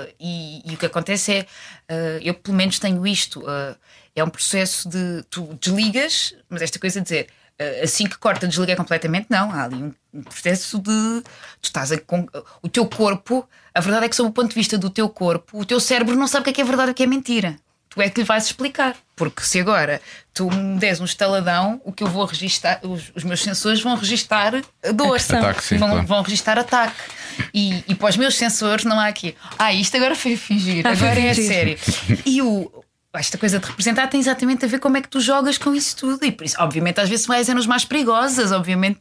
uh, e, e o que acontece é, uh, eu pelo menos tenho isto, uh, é um processo de tu desligas, mas esta coisa de dizer uh, assim que corta, desliguei completamente, não, há ali um, um processo de tu estás a, con- o teu corpo, a verdade é que sob o ponto de vista do teu corpo, o teu cérebro não sabe o que é, que é verdade e o que é mentira. tu é que lhe vais explicar. Porque se agora tu me des um estaladão, o que eu vou registar, os, os meus sensores vão registar a dor, Ataque, sim, vão, claro. vão registar ataque. E, e para os meus sensores não há aqui, ah, isto agora foi fingir, Ah, foi agora é a fingir." sério. E o. Esta coisa de representar tem exatamente a ver como é que tu jogas com isso tudo, e por isso, obviamente, às vezes vais nos mais perigosas, obviamente,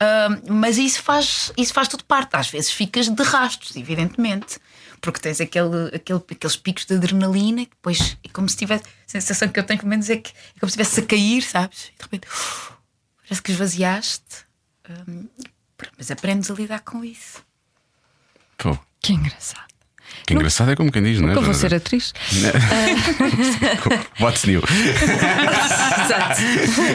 Ahm, mas isso faz, isso faz tudo parte. Às vezes ficas de rastros, evidentemente, porque tens aquele, aquele, aqueles picos de adrenalina que depois é como se tivesse. A sensação que eu tenho, pelo menos, é que é como se estivesse a cair, sabes? E de repente, uf, parece que esvaziaste, Ahm, pronto, mas aprendes a lidar com isso. Pô, Que engraçado. que engraçado é como quem diz, não é? Nunca vou Joana? ser atriz. What's new? Exato.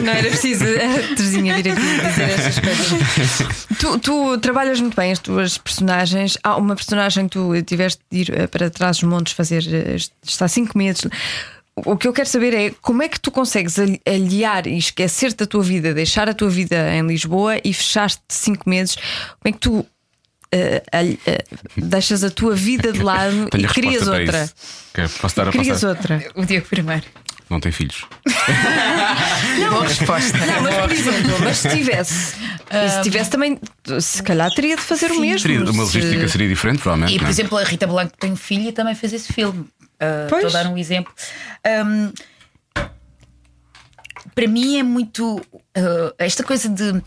Não era preciso a Terzinha vir aqui dizer estas coisas. Tu, tu trabalhas muito bem as tuas personagens. Há uma personagem que tu tiveste de ir eh, para trás dos montes fazer. eh, Está há cinco meses. O que eu quero saber é como é que tu consegues al- aliar e esquecer da tua vida, deixar a tua vida em Lisboa e fechaste cinco meses. Como é que tu eh, al- eh, deixas a tua vida de lado Tenho e a resposta crias para outra? isso. Quer- Posso dar a Crias passar? outra. O Diego primeiro. Não tem filhos. Boa resposta. Não, mas por exemplo, mas se tivesse, e se tivesse também, se calhar teria de fazer o mesmo. Seria, uma se- logística seria diferente, provavelmente. E, por não é? exemplo, a Rita Blanco tem um filho e também fez esse filme. Ah, Pois. Estou a dar um exemplo. Ahm, para mim é muito. ah, esta coisa de.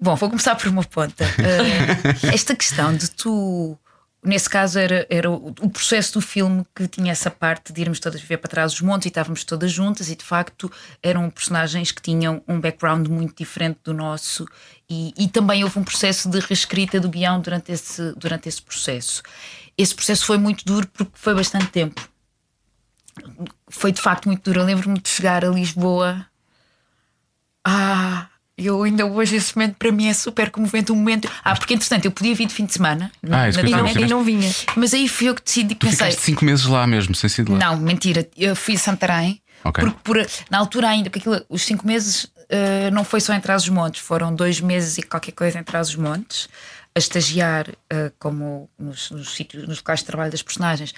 Bom, vou começar por uma ponta. Ah, esta questão de tu. Nesse caso era, era o o processo do filme que tinha essa parte de irmos todas viver para trás dos montes e estávamos todas juntas e de facto eram personagens que tinham um background muito diferente do nosso e, e também houve um processo de reescrita do guião durante esse, durante esse processo. Esse processo foi muito duro porque foi bastante tempo. Foi de facto muito duro. Eu lembro-me de chegar a Lisboa ah, eu ainda hoje esse momento para mim é super comovente. Um momento. Ah, porque entretanto eu podia vir de fim de semana. Ah, isso que eu E não, Biblioteca Não, e não vinha. Mas aí fui eu que decidi Tu pensei. ficaste 5 meses lá mesmo, sem ser de lá. Não, mentira, eu fui a Santarém. é? Ok. Porque por- na altura ainda, porque aquilo, os cinco meses eh, não foi só em Trás os Montes, foram dois meses e qualquer coisa em Trás os Montes, a estagiar eh, como nos, nos sítios, nos locais de trabalho das personagens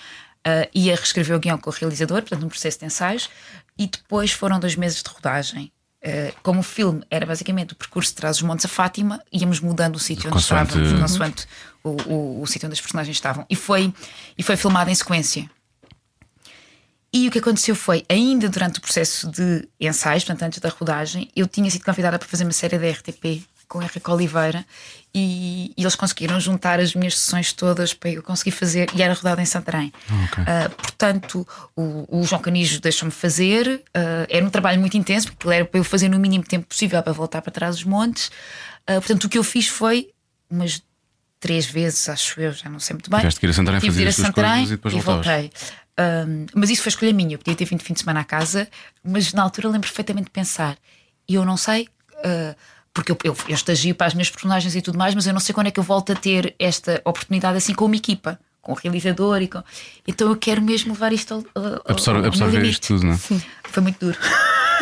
eh, e a reescrever o guião com o realizador, portanto, num processo de ensaios, e depois foram dois meses de rodagem. Eh, como o filme era basicamente o percurso de Trás os Montes a Fátima, íamos mudando o sítio onde Consoante- estávamos, consoante o, o, o sítio onde as personagens estavam. E foi, e foi filmado em sequência. E o que aconteceu foi, ainda durante o processo de ensaios, portanto, antes da rodagem, eu tinha sido convidada para fazer uma série da RTP com o Henrique Oliveira e, e eles conseguiram juntar as minhas sessões todas para eu conseguir fazer e era rodada em Santarém. Ah, portanto, o, o João Canijo deixou-me fazer, ah, era um trabalho muito intenso, porque aquilo era para eu fazer no mínimo tempo possível para voltar para trás dos montes. Ah, portanto, o que eu fiz foi umas três vezes, acho eu, já não sei muito bem. Tiveste que ir a Santarém Tive de fazer ir a as tuas Santarém coisas e depois voltavas. voltei. Ahm, mas isso foi escolha minha. Eu podia ter vindo de fim de semana à casa, mas na altura lembro perfeitamente de pensar. E eu não sei, ah, porque eu, eu, eu estagio para as minhas personagens e tudo mais, mas eu não sei quando é que eu volto a ter esta oportunidade assim com uma equipa, com o realizador e com. Então eu quero mesmo levar isto ao, ao, ao, Absorver, ao absorver meu isto limite. tudo, não é? Foi muito duro.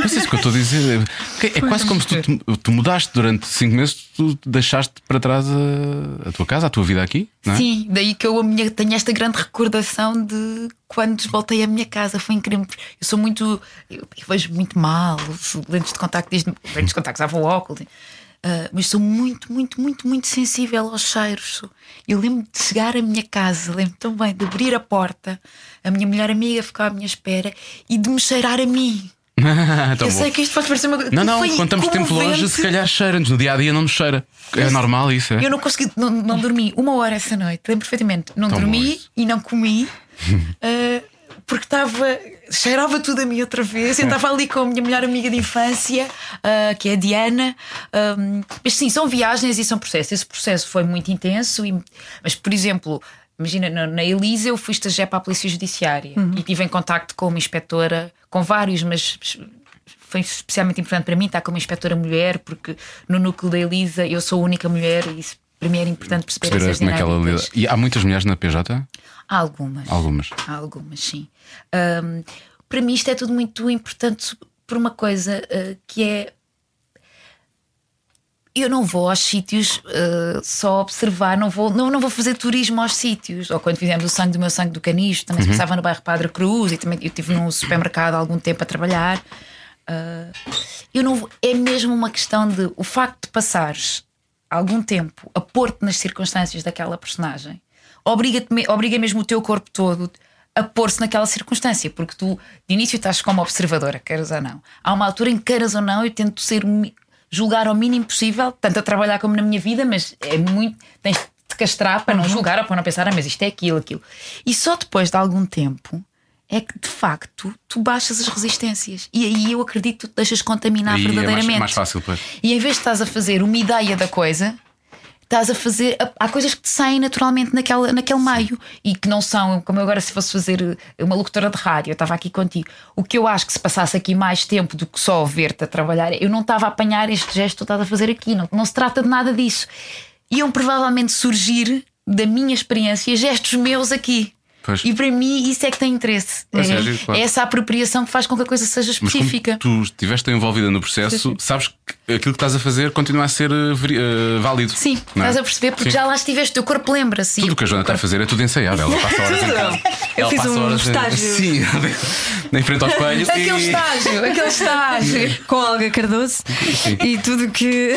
Mas isso que eu estou a dizer é, é quase como se tu, te- tu mudaste durante 5 meses, tu deixaste para trás a, a tua casa, a tua vida aqui, não é? Sim, daí que eu a minha, tenho esta grande recordação de quando voltei à minha casa. Foi incrível. Eu sou muito. Eu, eu vejo muito mal, os lentes de contacto, desde, lentes de contacto, usava o óculos. Ah, mas sou muito, muito, muito, muito sensível aos cheiros. Sou- Eu lembro de chegar à minha casa, lembro tão bem de abrir a porta, a minha melhor amiga ficar à minha espera e de me cheirar a mim. Tão eu bom. sei que isto pode parecer uma coisa. Ah, então Não, não, Foi quando estamos tempo longe, comovente. se calhar cheira-nos. No dia a dia não nos cheira. É normal isso, é? Eu não consegui, não, não dormi uma hora essa noite, lembro perfeitamente. Não Tão bom dormi isso. e não comi ah, porque estava. cheirava tudo a mim outra vez. Eu estava ali com a minha melhor amiga de infância, ah, que é a Diana. Ahm, mas sim, são viagens e são processos. Esse processo foi muito intenso, e- mas por exemplo. Imagina, na, na Elisa eu fui estagiar para a Polícia Judiciária e tive em contacto com uma inspetora, com vários, mas foi especialmente importante para mim estar como inspetora mulher, porque no núcleo da Elisa eu sou a única mulher e isso para mim era importante perceber Perceber essas como é que ela lida. dinâmicas. E há muitas mulheres na PJ? Há algumas. Algumas. Há algumas, sim. Ahm, para mim isto é tudo muito importante por uma coisa ah, que é eu não vou aos sítios eh, só observar, não vou, não, não vou fazer turismo aos sítios. Ou quando fizemos o sangue do meu sangue do canisto, também se passava no bairro Padre Cruz e também eu estive num supermercado há algum tempo a trabalhar. Ah, eu não vou- é mesmo uma questão de o facto de passares algum tempo a pôr-te nas circunstâncias daquela personagem obriga, obriga mesmo o teu corpo todo a pôr-se naquela circunstância, porque tu de início estás como observadora, queiras ou não. Há uma altura em que queiras ou não, eu tento ser o mi- julgar ao mínimo possível, tanto a trabalhar como na minha vida, mas é muito. tens de te castrar para não julgar ou para não pensar, ah, mas isto é aquilo, aquilo. E só depois de algum tempo é que de facto tu baixas as resistências. E aí eu acredito que tu te deixas contaminar Aí é mais- verdadeiramente. mais fácil, pois. E em vez de estás a fazer uma ideia da coisa, estás a fazer. Há coisas que te saem naturalmente naquela, naquele meio e que não são, como eu agora se fosse fazer eh, uma locutora de rádio, eu estava aqui contigo. O que eu acho que se passasse aqui mais tempo do que só ver-te a trabalhar, eu não estava a apanhar este gesto que tu estás a fazer aqui, não, não se trata de nada disso. Iam provavelmente surgir da minha experiência gestos meus aqui. Pois. E para mim isso é que tem interesse. Pois é, É- giro, claro. é essa apropriação que faz com que a coisa seja Mas como específica. tu estiveste tão envolvida no processo, sabes que aquilo que estás a fazer continua a ser eh, veri- eh, válido. Sim, não é? estás a perceber porque Sim. já lá estiveste, o teu corpo lembra-se. Tudo o que a Joana está a fazer é tudo ensaiado. Ela passa horas em casa. Eu Ela fiz passa um horas em- estágio. Sim, em frente ao espelho. Aquele e- estágio, aquele estágio com a Olga Cardoso e tudo que.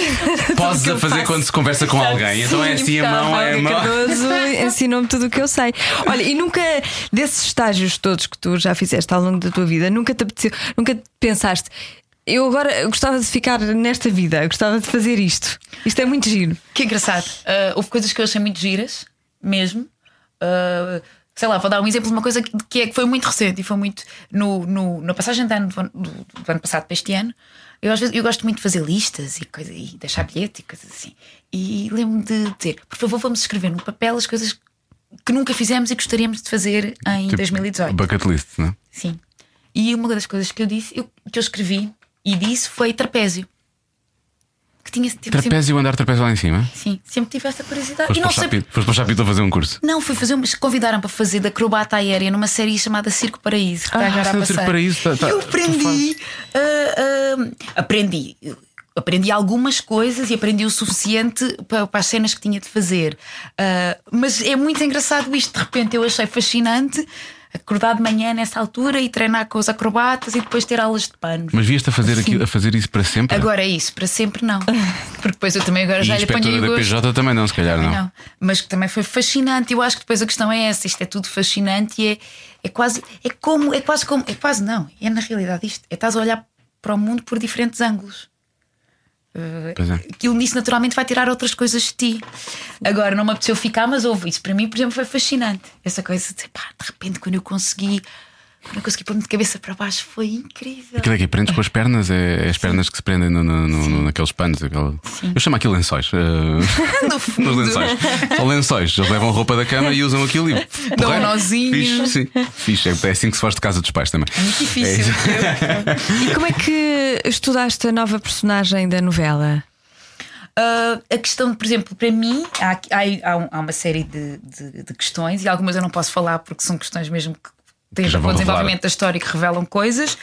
Podes tudo que eu a fazer faço. quando se conversa com alguém. Então é Sim, assim a impecável. mão, é a Olga mão. Cardoso ensinou-me tudo o que eu sei. Olha, e nunca, desses estágios todos que tu já fizeste ao longo da tua vida, nunca te apeteceu, nunca pensaste, eu agora gostava de ficar nesta vida, eu gostava de fazer isto. Isto é muito giro. Que engraçado. Ah, houve coisas que eu achei muito giras, mesmo. Ah, sei lá, vou dar um exemplo de uma coisa que, que é, que foi muito recente e foi muito. No, no- na passagem de ano, do, ano- do- do ano passado para este ano, eu, às vezes, eu gosto muito de fazer listas e, coisa, e deixar bilhete e coisas assim. E lembro-me de dizer, por favor, vamos escrever no papel as coisas que nunca fizemos e gostaríamos de fazer em Tipo, 2018. Bucket list, não é? Sim. E uma das coisas que eu disse, eu- que eu escrevi e disse foi trapézio. Que tinha tive sempre, Trapézio, andar trapézio lá em cima. sim, sempre tive essa curiosidade. Foste e para, não o sei. Chapito- foste para o Chapito a fazer um curso. Não, fui fazer um. Convidaram para fazer de acrobata aérea numa série chamada Circo Paraíso. Que Ah, está agora sim, a o Circo passar. Paraíso, tá- tá- eu tu aprendi. fazes. ah, ah, aprendi. Eu Aprendi algumas coisas e aprendi o suficiente pa- para, as cenas que tinha de fazer. Ah, mas é muito engraçado isto. De repente eu achei fascinante acordar de manhã nessa altura e treinar com os acrobatas e depois ter aulas de pano. Mas vieste a fazer, aquilo, a fazer isso para sempre? Agora é isso, para sempre não. Porque depois eu também agora e já a lhe ponho inspectora o da gosto. PJ também não, se calhar não. Não, mas que também foi fascinante. Eu acho que depois a questão é essa: isto é tudo fascinante e é, é quase, é como, é quase como, é quase não, é na realidade isto, é estás a olhar para o mundo por diferentes ângulos. Pois é. Aquilo nisso naturalmente vai tirar outras coisas de ti. Agora não me apeteceu ficar, mas houve isso. Para mim, por exemplo, foi fascinante. Essa coisa de pá, de repente quando eu consegui, quando eu consegui pôr-me de cabeça para baixo, foi incrível. Aquilo é que prendes com as pernas, é, é as pernas que se prendem no, no- no- no- naqueles panos. aquela- Eu chamo aquilo lençóis. eh, No fundo. Nos lençóis. São lençóis. Eles levam roupa da cama e usam aquilo e. Dão Porra, um nozinho. Fixe, sim. Fixe. É- É assim que se faz de casa dos pais também. É muito difícil. E como é que estudaste a nova personagem da novela? Ah, a questão, por exemplo, para mim, há, aqui- há- há um- há uma série de, de- de questões e algumas eu não posso falar porque são questões mesmo que têm a já ver com vão o revelar. desenvolvimento da história e que revelam coisas,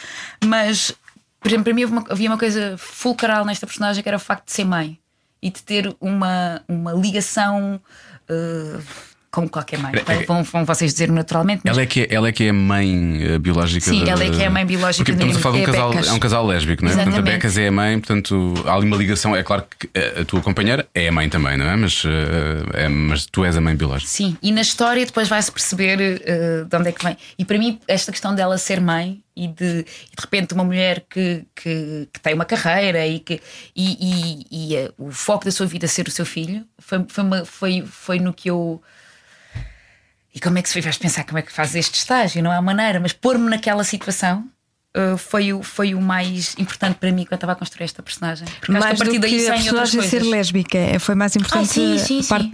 mas, por exemplo, para mim havia uma, havia uma coisa fulcral nesta personagem que era o facto de ser mãe e de ter uma, uma ligação. ah, como qualquer mãe, vão, vão vocês dizer naturalmente, mas É, Ela é que é, ela é, que é a mãe eh, biológica. Sim, da- ela é que é a mãe biológica Porque da estamos a falar de um é casal, Becas. é um casal lésbico, não é? Portanto, a Exatamente. Becas é a mãe, portanto, há ali uma ligação. É claro que eh, a tua companheira é a mãe também, não é? Mas, eh, é- mas tu és a mãe biológica. Sim, e na história depois vai-se perceber eh, de onde é que vem. E para mim, esta questão dela ser mãe e de, e de repente uma mulher que, que, que tem uma carreira e que e, e- e, eh, o foco da sua vida ser o seu filho foi, foi, uma- foi, foi no que eu. E como é que se vais pensar como é que fazes este estágio? Não há maneira, mas pôr-me naquela situação. eh, foi, o, foi o mais importante para mim quando eu estava a construir esta personagem. Porque acho que a mais partir do daí que a saem outras personagem coisas. ser lésbica, é- foi mais importante Ah, sim, sim, a parte sim.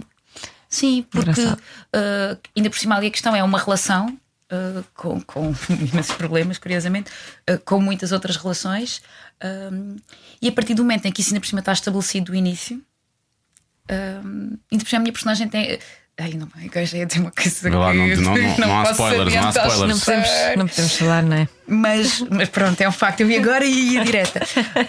Sim, porque Engraçado. ah, ainda por cima ali a questão é uma relação ah, com, com imensos problemas, curiosamente, ah, com muitas outras relações. ahm, e a partir do momento em que isso ainda por cima está estabelecido do início, ahm, ainda por cima a minha personagem tem. ah, Ai, não, agora já ia dizer uma coisa. Vê lá, não- que- não- não- não há posso spoilers, não há adiantar. spoilers. Não podemos, não podemos falar, não é? Mas, mas pronto, é um facto. Eu vi agora e ia direta.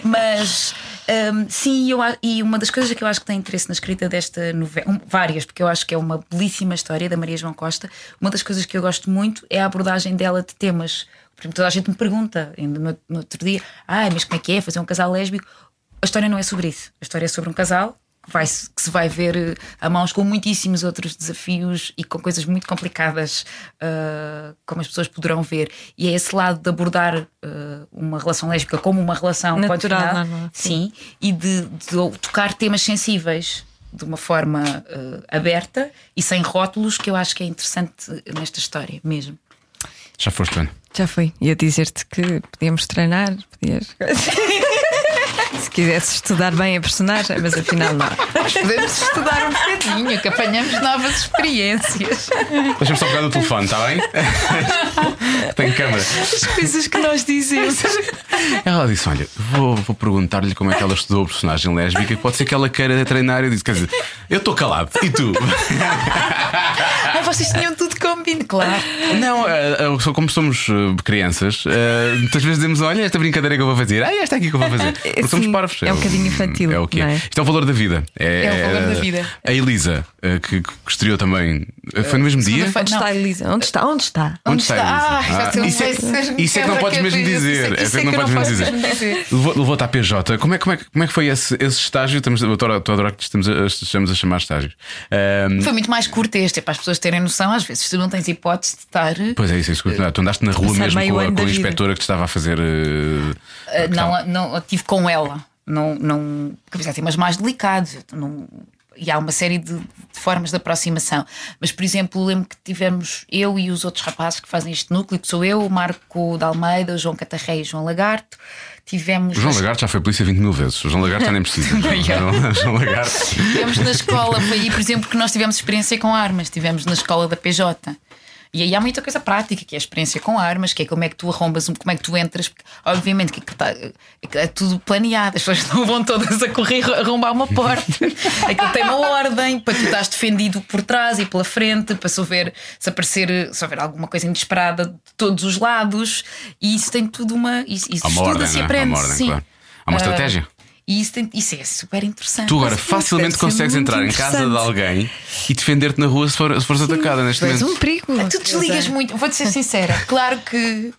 Mas Ahm, sim, e eu, a- e uma das coisas que eu acho que tem interesse na escrita desta novela, um, várias, porque eu acho que é uma belíssima história da Maria João Costa, uma das coisas que eu gosto muito é a abordagem dela de temas. Por exemplo, toda a gente me pergunta, ainda no, no outro dia, ai, mas como é que é fazer um casal lésbico? A história não é sobre isso. A história é sobre um casal que, vai, se- que se vai ver eh, a mãos com muitíssimos outros desafios e com coisas muito complicadas, ah, como as pessoas poderão ver. E é esse lado de abordar ah, uma relação lésbica como uma relação Natural, ponto final. normal, Sim, e de, de tocar temas sensíveis de uma forma eh, aberta e sem rótulos, que eu acho que é interessante nesta história mesmo. Já foste, Ana. Já foi. Ia dizer-te que podíamos treinar, podias. Se quisesse estudar bem a personagem, mas afinal não. Nós podemos estudar um bocadinho, que apanhamos novas experiências. Deixa-me só pegar no telefone, está bem? Tem câmara. As coisas que nós dizemos. Ela disse: Olha, vou, vou perguntar-lhe como é que ela estudou a personagem lésbica, que pode ser que ela queira treinar. Eu disse: Quer dizer, eu estou calado. E tu? Ah, vocês tinham tudo combinado, claro. Não, eh, eh, só como somos eh, crianças, eh, muitas vezes dizemos: Olha, esta brincadeira que eu vou fazer, ah, esta aqui que eu vou fazer. Porque somos Sim, parvos. é um bocadinho infantil, É o que é. não é? Isto é o valor da vida. É, É o valor da eh, vida. A Elisa, eh, que, que estreou também, eh, foi no mesmo dia? segunda-feira. Onde está a Elisa? Onde está? Onde está? Onde está a Elisa? Ah, já sei, isso é- vocês me isso é que não quebram podes a mesmo cabeça, dizer. isso É que não podes mesmo dizer. dizer. Levou- Levou-te à PJ. Como é, como, é, que- como é que foi esse, esse estágio? Estamos, eu estou a estou a adorar que estamos a, estamos a chamar estágios. Ahm, Foi muito mais curto este, é para as pessoas terem noção, às vezes tu não tens hipótese de estar. pois é, isso, é isso. que eu- não, Tu andaste na rua Passar mesmo meio com a, ano com a da vida. inspetora que te estava a fazer. eh, Uh, não, não eu tive com ela. Não, não, porque já temas assim, mais delicados. eu Não, e há uma série de, de formas de aproximação. Mas, por exemplo, lembro que tivemos eu e os outros rapazes que fazem este núcleo, que sou eu, o Marco de Almeida, o João Catarrei e o João Lagarto. Tivemos. O João Lagarto já foi polícia 20 mil vezes. O João Lagarto já nem precisa. O João- o João Lagarto. Tivemos na escola, foi aí, por exemplo, que nós tivemos experiência com armas. Tivemos na escola da PJ. E aí há muita coisa prática, que é a experiência com armas, que é como é que tu arrombas, um- como é que tu entras, porque obviamente que aquilo tá- que é tudo planeado, as pessoas não vão todas a correr arrombar uma porta. Aquilo tem uma ordem para tu estás defendido por trás e pela frente, para se houver, se aparecer, se houver alguma coisa inesperada de todos os lados, e isso tem tudo uma. Isso, isso Há uma ordem, estuda-se não e é? Há uma aprende. ordem, sim. claro. Há uma Ah, estratégia. e isso, tem- isso é super interessante. Tu agora Mas, facilmente deve ser consegues muito entrar em casa de interessante. alguém e defender-te na rua se, for- se fores atacada neste És um momento. perigo. Ah, Tu desligas é. muito, vou-te ser sincera. Claro que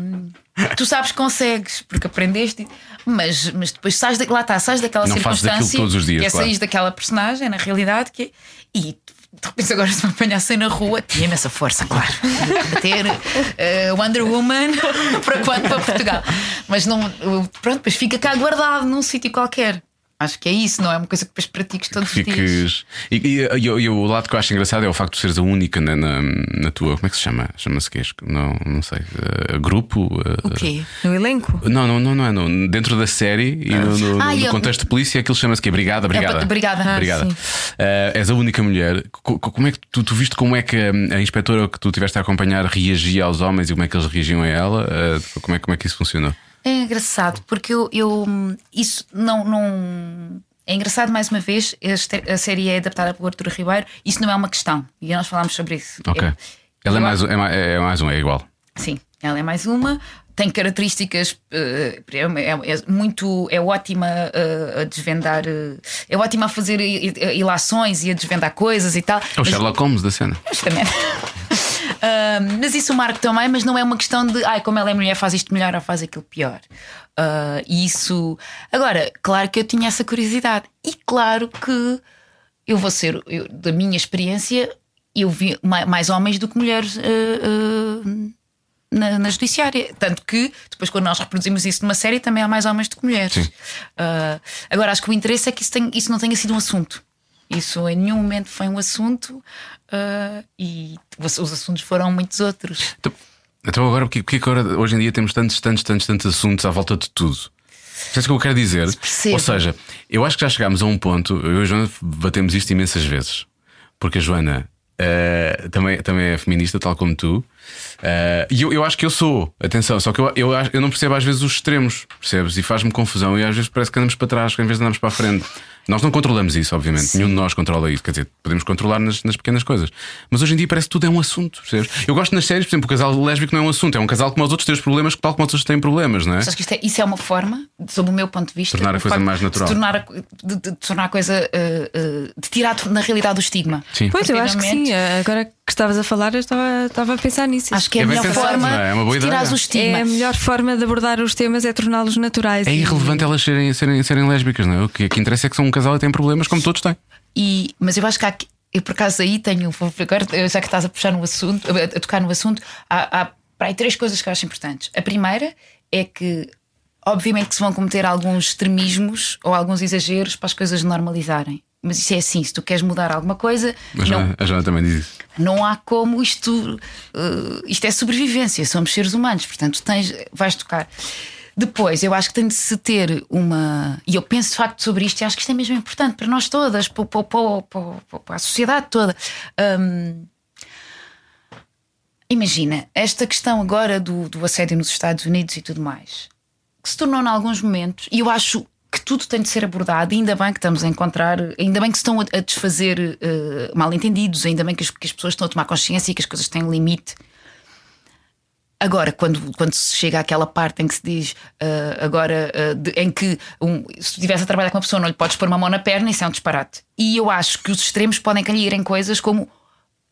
hum, tu sabes que consegues, porque aprendeste, mas, mas depois sais da, lá está, sais daquela Não fazes circunstância. daquilo todos os dias, que é claro. sair daquela personagem, na realidade, que é- e de repente agora se me apanhassem na rua, tinha imensa força, claro. Bater eh, Wonder Woman para quando para Portugal. Mas não, eu- pronto, depois fica cá guardado num sítio qualquer. Acho que é isso, não é uma coisa que depois pratiques todos os dias. Fiques. E, e- e- e o lado que eu acho engraçado é o facto de seres a única na, na, na tua. Como é que se chama? Chama-se quê? Não, não sei. Eh, grupo? eh, O quê? é. No elenco. Não, não, não, não é. não. Dentro da série e no, no- Ah, no eu- contexto de polícia, aquilo chama-se que Brigada, brigada. pa- brigada. Ah, Brigada. sim. Eh, és a única mulher. Co- co- como é que tu, tu viste como é que a, a inspetora que tu tiveste a acompanhar reagia aos homens e como é que eles reagiam a ela? Eh, como, é, como é que isso funcionou? É engraçado, porque eu, eu, isso não, não. É engraçado mais uma vez, este- a série é adaptada por Arturo Ribeiro, isso não é uma questão, e nós falámos sobre isso. Ok. É- Ela é eu- mais, um- é, mais, é mais um, é igual. Sim, ela é mais uma. Tem características, eh, é, uma- é- é muito, é ótima eh, a desvendar, eh, é ótima a fazer i- i- ilações e a desvendar coisas e tal. É o mas- Sherlock Holmes da cena. mas também. Ah, mas isso o Marco também, mas não é uma questão de ai, como ela é mulher, faz isto melhor ou faz aquilo pior. Ah, E isso. Agora, claro que eu tinha essa curiosidade, e claro que eu vou ser, eu- da minha experiência, eu vi ma- mais homens do que mulheres ah, ah, na, na judiciária. Tanto que depois, quando nós reproduzimos isso numa série, também há mais homens do que mulheres. Ah, agora, acho que o interesse é que isso, tenha- isso não tenha sido um assunto. Isso em nenhum momento foi um assunto ah, e os os assuntos foram muitos outros. Então- Então agora, porque, porque agora hoje em dia temos tantos, tantos, tantos, tantos assuntos à volta de tudo? Sabes o que eu quero dizer? Percebo. Ou seja, eu acho que já chegámos a um ponto, eu e a Joana batemos isto imensas vezes, porque a Joana eh, também, também é feminista, tal como tu, Ah, E eu, eu acho que eu sou, atenção, só que eu, eu, acho- eu não percebo às vezes os extremos, percebes? E faz-me confusão. E às vezes parece que andamos para trás, que às vezes andamos para a frente. Nós não controlamos isso, obviamente. Nenhum de nós controla isso. Quer dizer, podemos controlar nas, nas pequenas coisas. Mas hoje em dia parece que tudo é um assunto, percebes? Eu gosto nas séries, por exemplo, o casal lésbico não é um assunto. É um casal como os outros tem os problemas, tal como os outros têm problemas, não é? Mas acho que isto é- isso é uma forma, sob o meu ponto de vista, Tornar a uma coisa forma mais natural. De tornar a, co- de, de- de tornar a coisa. eh, eh, de tirar na realidade o estigma. Sim. Pois, eu acho que sim. Agora que estavas a falar, eu estava, estava a pensar nisso. Acho que é, É a bem melhor pensado, forma não é? É uma boa de tirar ideia. o É estigma. a melhor forma de abordar os temas é torná-los naturais. É E- irrelevante elas serem, serem, serem lésbicas, não é? O que, o que interessa é que são um casal e têm problemas, como todos têm. E- mas eu acho que há, aqui- eu por acaso aí tenho, vou- agora eu- já que estás a puxar no assunto, a, a tocar no assunto, há, há para aí três coisas que eu acho importantes. A primeira é que obviamente que se vão cometer alguns extremismos ou alguns exageros para as coisas normalizarem. Mas isso é assim, se tu queres mudar alguma coisa, Mas não, a Joana também diz isso. não há como isto. eh, isto é sobrevivência, somos seres humanos, portanto tens, vais tocar. Depois, eu acho que tem de se ter uma. E eu penso de facto sobre isto, e acho que isto é mesmo importante para nós todas, para, para- para- para- para a sociedade toda. Hum, imagina, esta questão agora do, do assédio nos Estados Unidos e tudo mais, que se tornou em alguns momentos, e eu acho que tudo tem de ser abordado, e ainda bem que estamos a encontrar, ainda bem que se estão a, a desfazer eh, mal-entendidos, ainda bem que as, que as pessoas estão a tomar consciência e que as coisas têm um limite. Agora, quando, quando se chega àquela parte em que se diz ah, agora ah, de- em que um, se tu estivesse a trabalhar com uma pessoa não lhe podes pôr uma mão na perna, isso é um disparate. E eu acho que os extremos podem cair em coisas como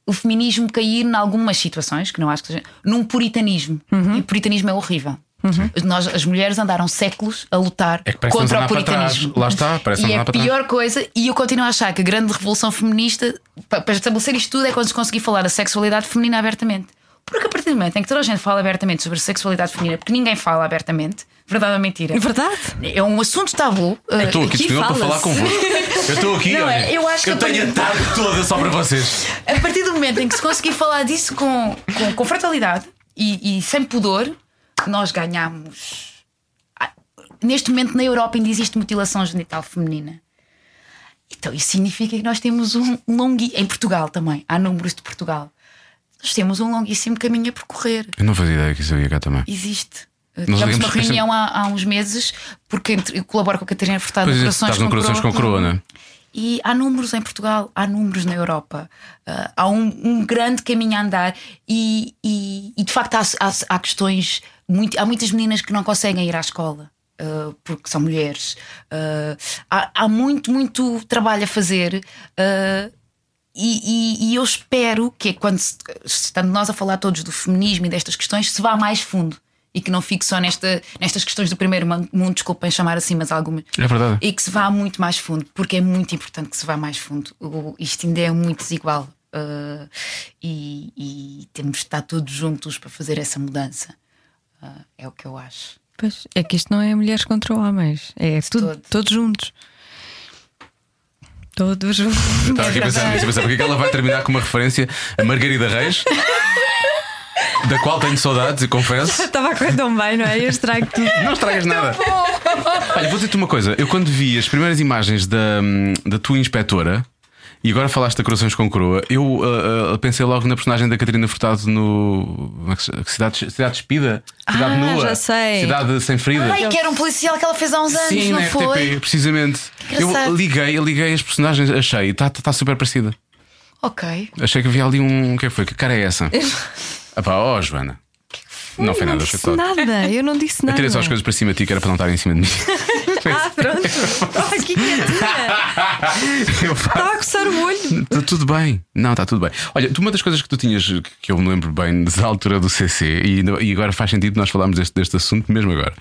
o feminismo cair em algumas situações, que não acho que seja, num puritanismo. Uhum. E o puritanismo é horrível. Nós, as mulheres andaram séculos a lutar É que parece que contra estamos a o andar para trás. puritanismo. Lá está, parece que e estamos a é andar a para trás. pior coisa, e eu continuo a achar que a grande revolução feminista pa- para estabelecer isto tudo é quando se conseguir falar a sexualidade feminina abertamente. Porque a partir do momento em que toda a gente fala abertamente sobre sexualidade feminina, porque ninguém fala abertamente, verdade ou mentira? É verdade. É um assunto tabu. eh, Eu estou aqui disponível para falar fala-se. convosco. Eu estou aqui, Não, olha. é, eu acho que eu tenho a tenho- tarde toda só para vocês. A partir do momento em que se conseguir falar disso com, com, com frontalidade e, e sem pudor, nós ganhamos. Ah, Neste momento, na Europa ainda existe mutilação genital feminina. Então, isso significa que nós temos um longuíssimo. Em Portugal também, há números de Portugal. Nós temos um longuíssimo caminho a percorrer. Eu não fazia ideia que isso havia cá também. Existe. Uh, Nós Tivemos uma ligamos- reunião há, há uns meses, porque entre- eu colaboro com a Catarina Furtado Pois no é, Corações estás no Corações com Coroa, não é? E há números em Portugal, há números na Europa, uh, há um, um grande caminho a andar e, e- e, de facto há, há- há questões, muito- há muitas meninas que não conseguem ir à escola. uh, porque são mulheres, Uh, há, há muito, muito trabalho a fazer, uh, e, e- e eu espero que é quando se- estando nós a falar todos do feminismo e destas questões, se vá mais fundo e que não fique só nesta, nestas questões do primeiro man- mundo, desculpem chamar assim, mas algumas. É verdade. E que se vá muito mais fundo, porque é muito importante que se vá mais fundo. O, isto ainda é muito desigual ah, e, e temos de estar todos juntos para fazer essa mudança. Ah, é o que eu acho. Pois, é que isto não é mulheres contra homens. É tudo, todo. todos juntos. Todos juntos. Estava aqui a pensar nisso, a pensar porque é que ela vai terminar com uma referência a Margarida Reis, da qual tenho saudades e confesso. Estava a correr tão bem, não é? Eu estrago tudo. Não estragas nada. Olha, vou dizer-te uma coisa. Eu quando vi as primeiras imagens da, hum, da tua inspetora. E agora falaste de Corações com Coroa. Eu ah, ah, pensei logo na personagem da Catarina Furtado no. Como é que se chama? Cidade, cidade Despida? Cidade Ah, Nua? já sei. Cidade Sem Ferida? Ai, que era um policial que ela fez há uns anos, Sim, não na foi? RTP, precisamente. Eu Engraçado. liguei, eu liguei as personagens, achei. Está tá, tá super parecida. Ok. Achei que havia ali um. O que é que foi? Que cara é essa? ah pá, ó, Joana. não foi Eu nada, disse foi claro. nada, eu não disse nada. Atirei só as coisas para cima de ti, que era para não estar em cima de mim. Ah, pronto. Estava aqui quietinha. Eu faço- Estava a coçar o olho. Está tudo bem. Não, está tudo bem. Olha, tu- uma das coisas que tu tinhas, que eu me lembro bem da altura do CC, e, ainda- e agora faz sentido nós falarmos deste, deste assunto, mesmo agora.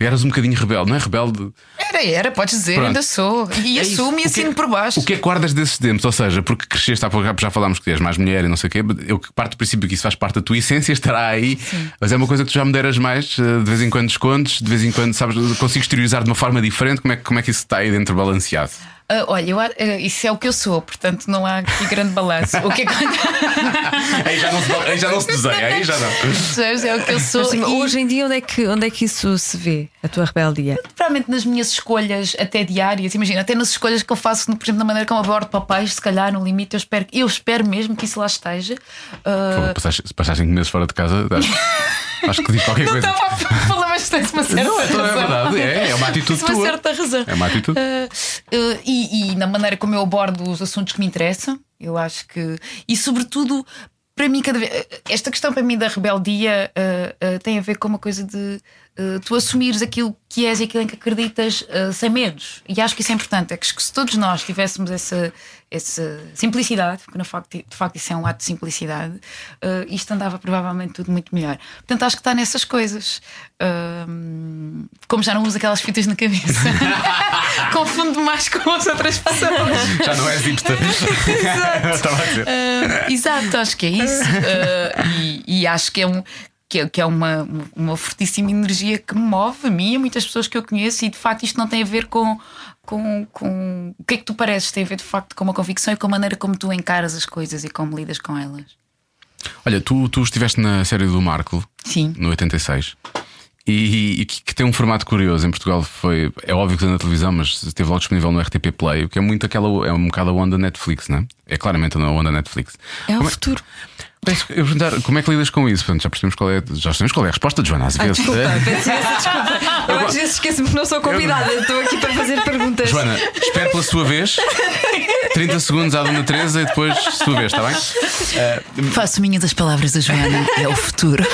Eras um bocadinho rebelde, não é rebelde? Era, era, podes dizer, Pronto. ainda sou. E assumo e assino por baixo. O que é que guardas desses tempos? Ou seja, porque cresceste há pouco já falámos que és mais mulher e não sei o quê, eu que parto do princípio que isso faz parte da tua essência, estará aí, mas é uma coisa que tu já moderas mais, eh, de vez em quando descontes, de vez em quando sabes, consigo exteriorizar de uma forma diferente, como é, que- como é que isso está aí dentro balanceado? Ah, Ah, olha, eu, a- ah, isso é o que eu sou, portanto não há aqui grande balanço. O que Aí já não se, aí já não se desenha, aí já não. acontece é o que eu sou. Mas, e- Hoje em dia, onde é, que, onde é que isso se vê? A tua rebeldia? provavelmente nas minhas escolhas até diárias, imagina, até nas escolhas que eu faço, por exemplo, na maneira como abordo papéis, se calhar no limite, eu espero, eu espero mesmo que isso lá esteja. Ah, Pô, passaste- Se passaste 5 meses fora de casa, dá- acho que diz qualquer não coisa. estava a falar, mas tens uma certa Não, é, razão. é verdade, é, é uma atitude Tens uma tua. certa razão. É uma atitude. Ah, ah, e, e na maneira como eu abordo os assuntos que me interessam, eu acho que. E sobretudo, para mim, cada vez. Esta questão para mim da rebeldia ah, ah, tem a ver com uma coisa de ah, tu assumires aquilo que és e aquilo em que acreditas ah, sem medos. E acho que isso é importante. É que se todos nós tivéssemos essa, essa simplicidade, porque no facto, de facto isso é um ato de simplicidade, ah, isto andava provavelmente tudo muito melhor. Portanto, acho que está nessas coisas. Ah, como já não uso aquelas fitas na cabeça, confundo mais com as outras pessoas. Já não és hipster. Estava a dizer. Ah, exato, acho que é isso. Ah, e, e acho que é um. Que é, que é uma, uma fortíssima energia que me move a mim e a muitas pessoas que eu conheço, e de facto isto não tem a ver com, com, com o que é que tu pareces, tem a ver de facto com uma convicção e com a maneira como tu encaras as coisas e como lidas com elas. Olha, tu, tu estiveste na série do Marco, Sim. no 86, e, e que, que tem um formato curioso. Em Portugal foi. É óbvio que está na televisão, mas esteve logo disponível no RTP Play, o que é muito aquela. É um bocado a onda Netflix, não é? É claramente a onda Netflix. É o Como futuro. Bem, se Eu perguntar como é que lidas com isso? Portanto, já percebemos qual é, já percebemos qual é a resposta de Ah, Joana Azevedo. Eh, Eu às vezes esqueço-me que não sou convidada, estou aqui para fazer perguntas. Joana, espero pela sua vez. 30 segundos à Dona Teresa e depois sua vez, está bem? Faço minhas as palavras da Joana, é o futuro.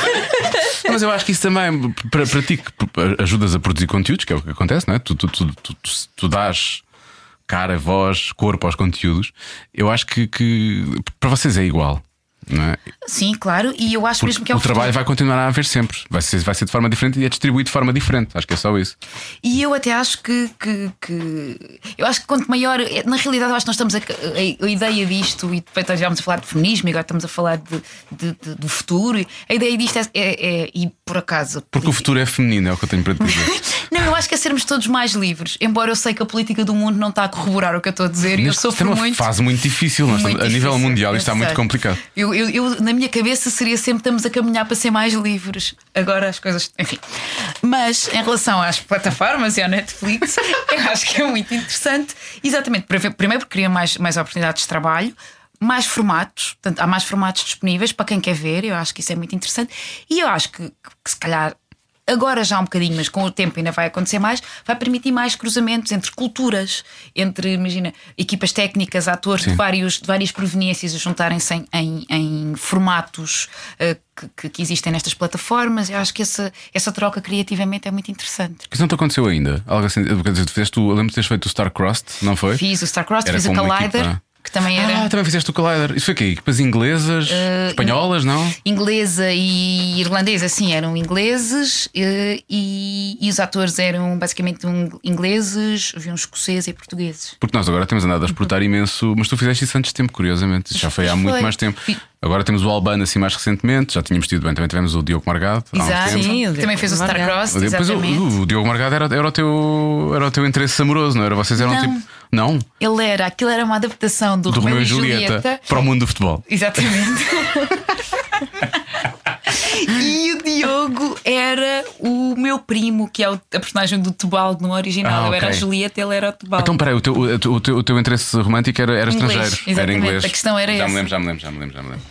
Não, Mas eu acho que isso também, para, para ti, que ajudas a produzir conteúdos, que é o que acontece, não é? Tu, tu, tu, tu, tu, tu dás cara, voz, corpo aos conteúdos. Eu acho que, que para vocês é igual. Não é? Sim, claro, e eu acho Porque mesmo que é o o futuro. trabalho vai continuar a haver sempre. Vai ser, vai ser de forma diferente e é distribuído de forma diferente. Acho que é só isso. E eu até acho que, que, que- Eu acho que quanto maior. é, Na realidade, eu acho que nós estamos a, a- a ideia disto, e depois nós já vamos a falar de feminismo, e agora estamos a falar de, de- de- do futuro. A ideia disto é. é- é- e por acaso. Porque o futuro é feminino, é o que eu tenho para te dizer. Não, eu acho que é sermos todos mais livres. Embora eu sei que a política do mundo não está a corroborar o que eu estou a dizer, e eu Neste- isto é sofro uma muito. fase muito difícil. Nós Muito estamos- a nível difícil, é mundial eu isto está muito sei. complicado. Eu, eu- eu- na minha cabeça seria sempre estamos a caminhar para ser mais livres. Agora as coisas. Enfim. Mas em relação às plataformas e ao Netflix, eu acho que é muito interessante. Exatamente. para ver- Primeiro porque cria mais, mais oportunidades de trabalho. Mais formatos, portanto, há mais formatos disponíveis para quem quer ver, eu acho que isso é muito interessante. E eu acho que, que se calhar agora já um bocadinho, mas com o tempo ainda vai acontecer mais, vai permitir mais cruzamentos entre culturas, entre, imagina, equipas técnicas, atores de, vários, de várias proveniências a juntarem-se em, em- em formatos eh, que- que, que existem nestas plataformas. Eu acho que essa, essa troca criativamente é muito interessante. Que isso não te aconteceu ainda? Algo assim, quer dizer, tu fizeste, o- lembro-te de teres feito o Starcrossed, não foi? Fiz o Starcrossed, Era fiz o com uma Collider, equipa. é? que também era. Ah, também fizeste o Collider. Isso foi aqui, equipas inglesas, Eh, espanholas, não? inglesa e irlandesa, sim, eram ingleses eh, e, e os atores eram basicamente um, ingleses, havia uns escoceses e portugueses. Porque nós agora temos andado a exportar imenso, mas tu fizeste isso antes de tempo, curiosamente. Isso já foi há Pois muito Uhum. foi. mais tempo. Fi- Agora temos o Albano assim mais recentemente, já tínhamos tido bem, também tivemos o Diogo Margado. há uns Exato. tempos. Sim, o também fez o Diogo Margado. Starcross, Mas Depois o, exatamente. o Diogo Margado era, era, o teu, era o teu interesse amoroso, não era? Vocês eram Não. tipo. Não? Ele era, aquilo era uma adaptação do, Do Romeu e Julieta, para o mundo do futebol. Exatamente. e o Diogo era o meu primo, que é o, a personagem do Tebaldo no original. Ah, Eu era a ok. Julieta, ele era o Tebaldo. Então, peraí, o teu, o, teu- o teu, o teu interesse romântico era, era Inglês, estrangeiro. Era exatamente. inglês. A questão era já essa. Me lembro, já me lembro, já me lembro, já me lembro.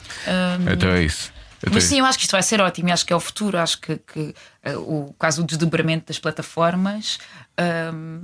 Então é isso. Então é Mas isso. sim, eu acho que isto vai ser ótimo, e acho que é o futuro, acho que, que, eh, o caso do desdobramento das plataformas, hum,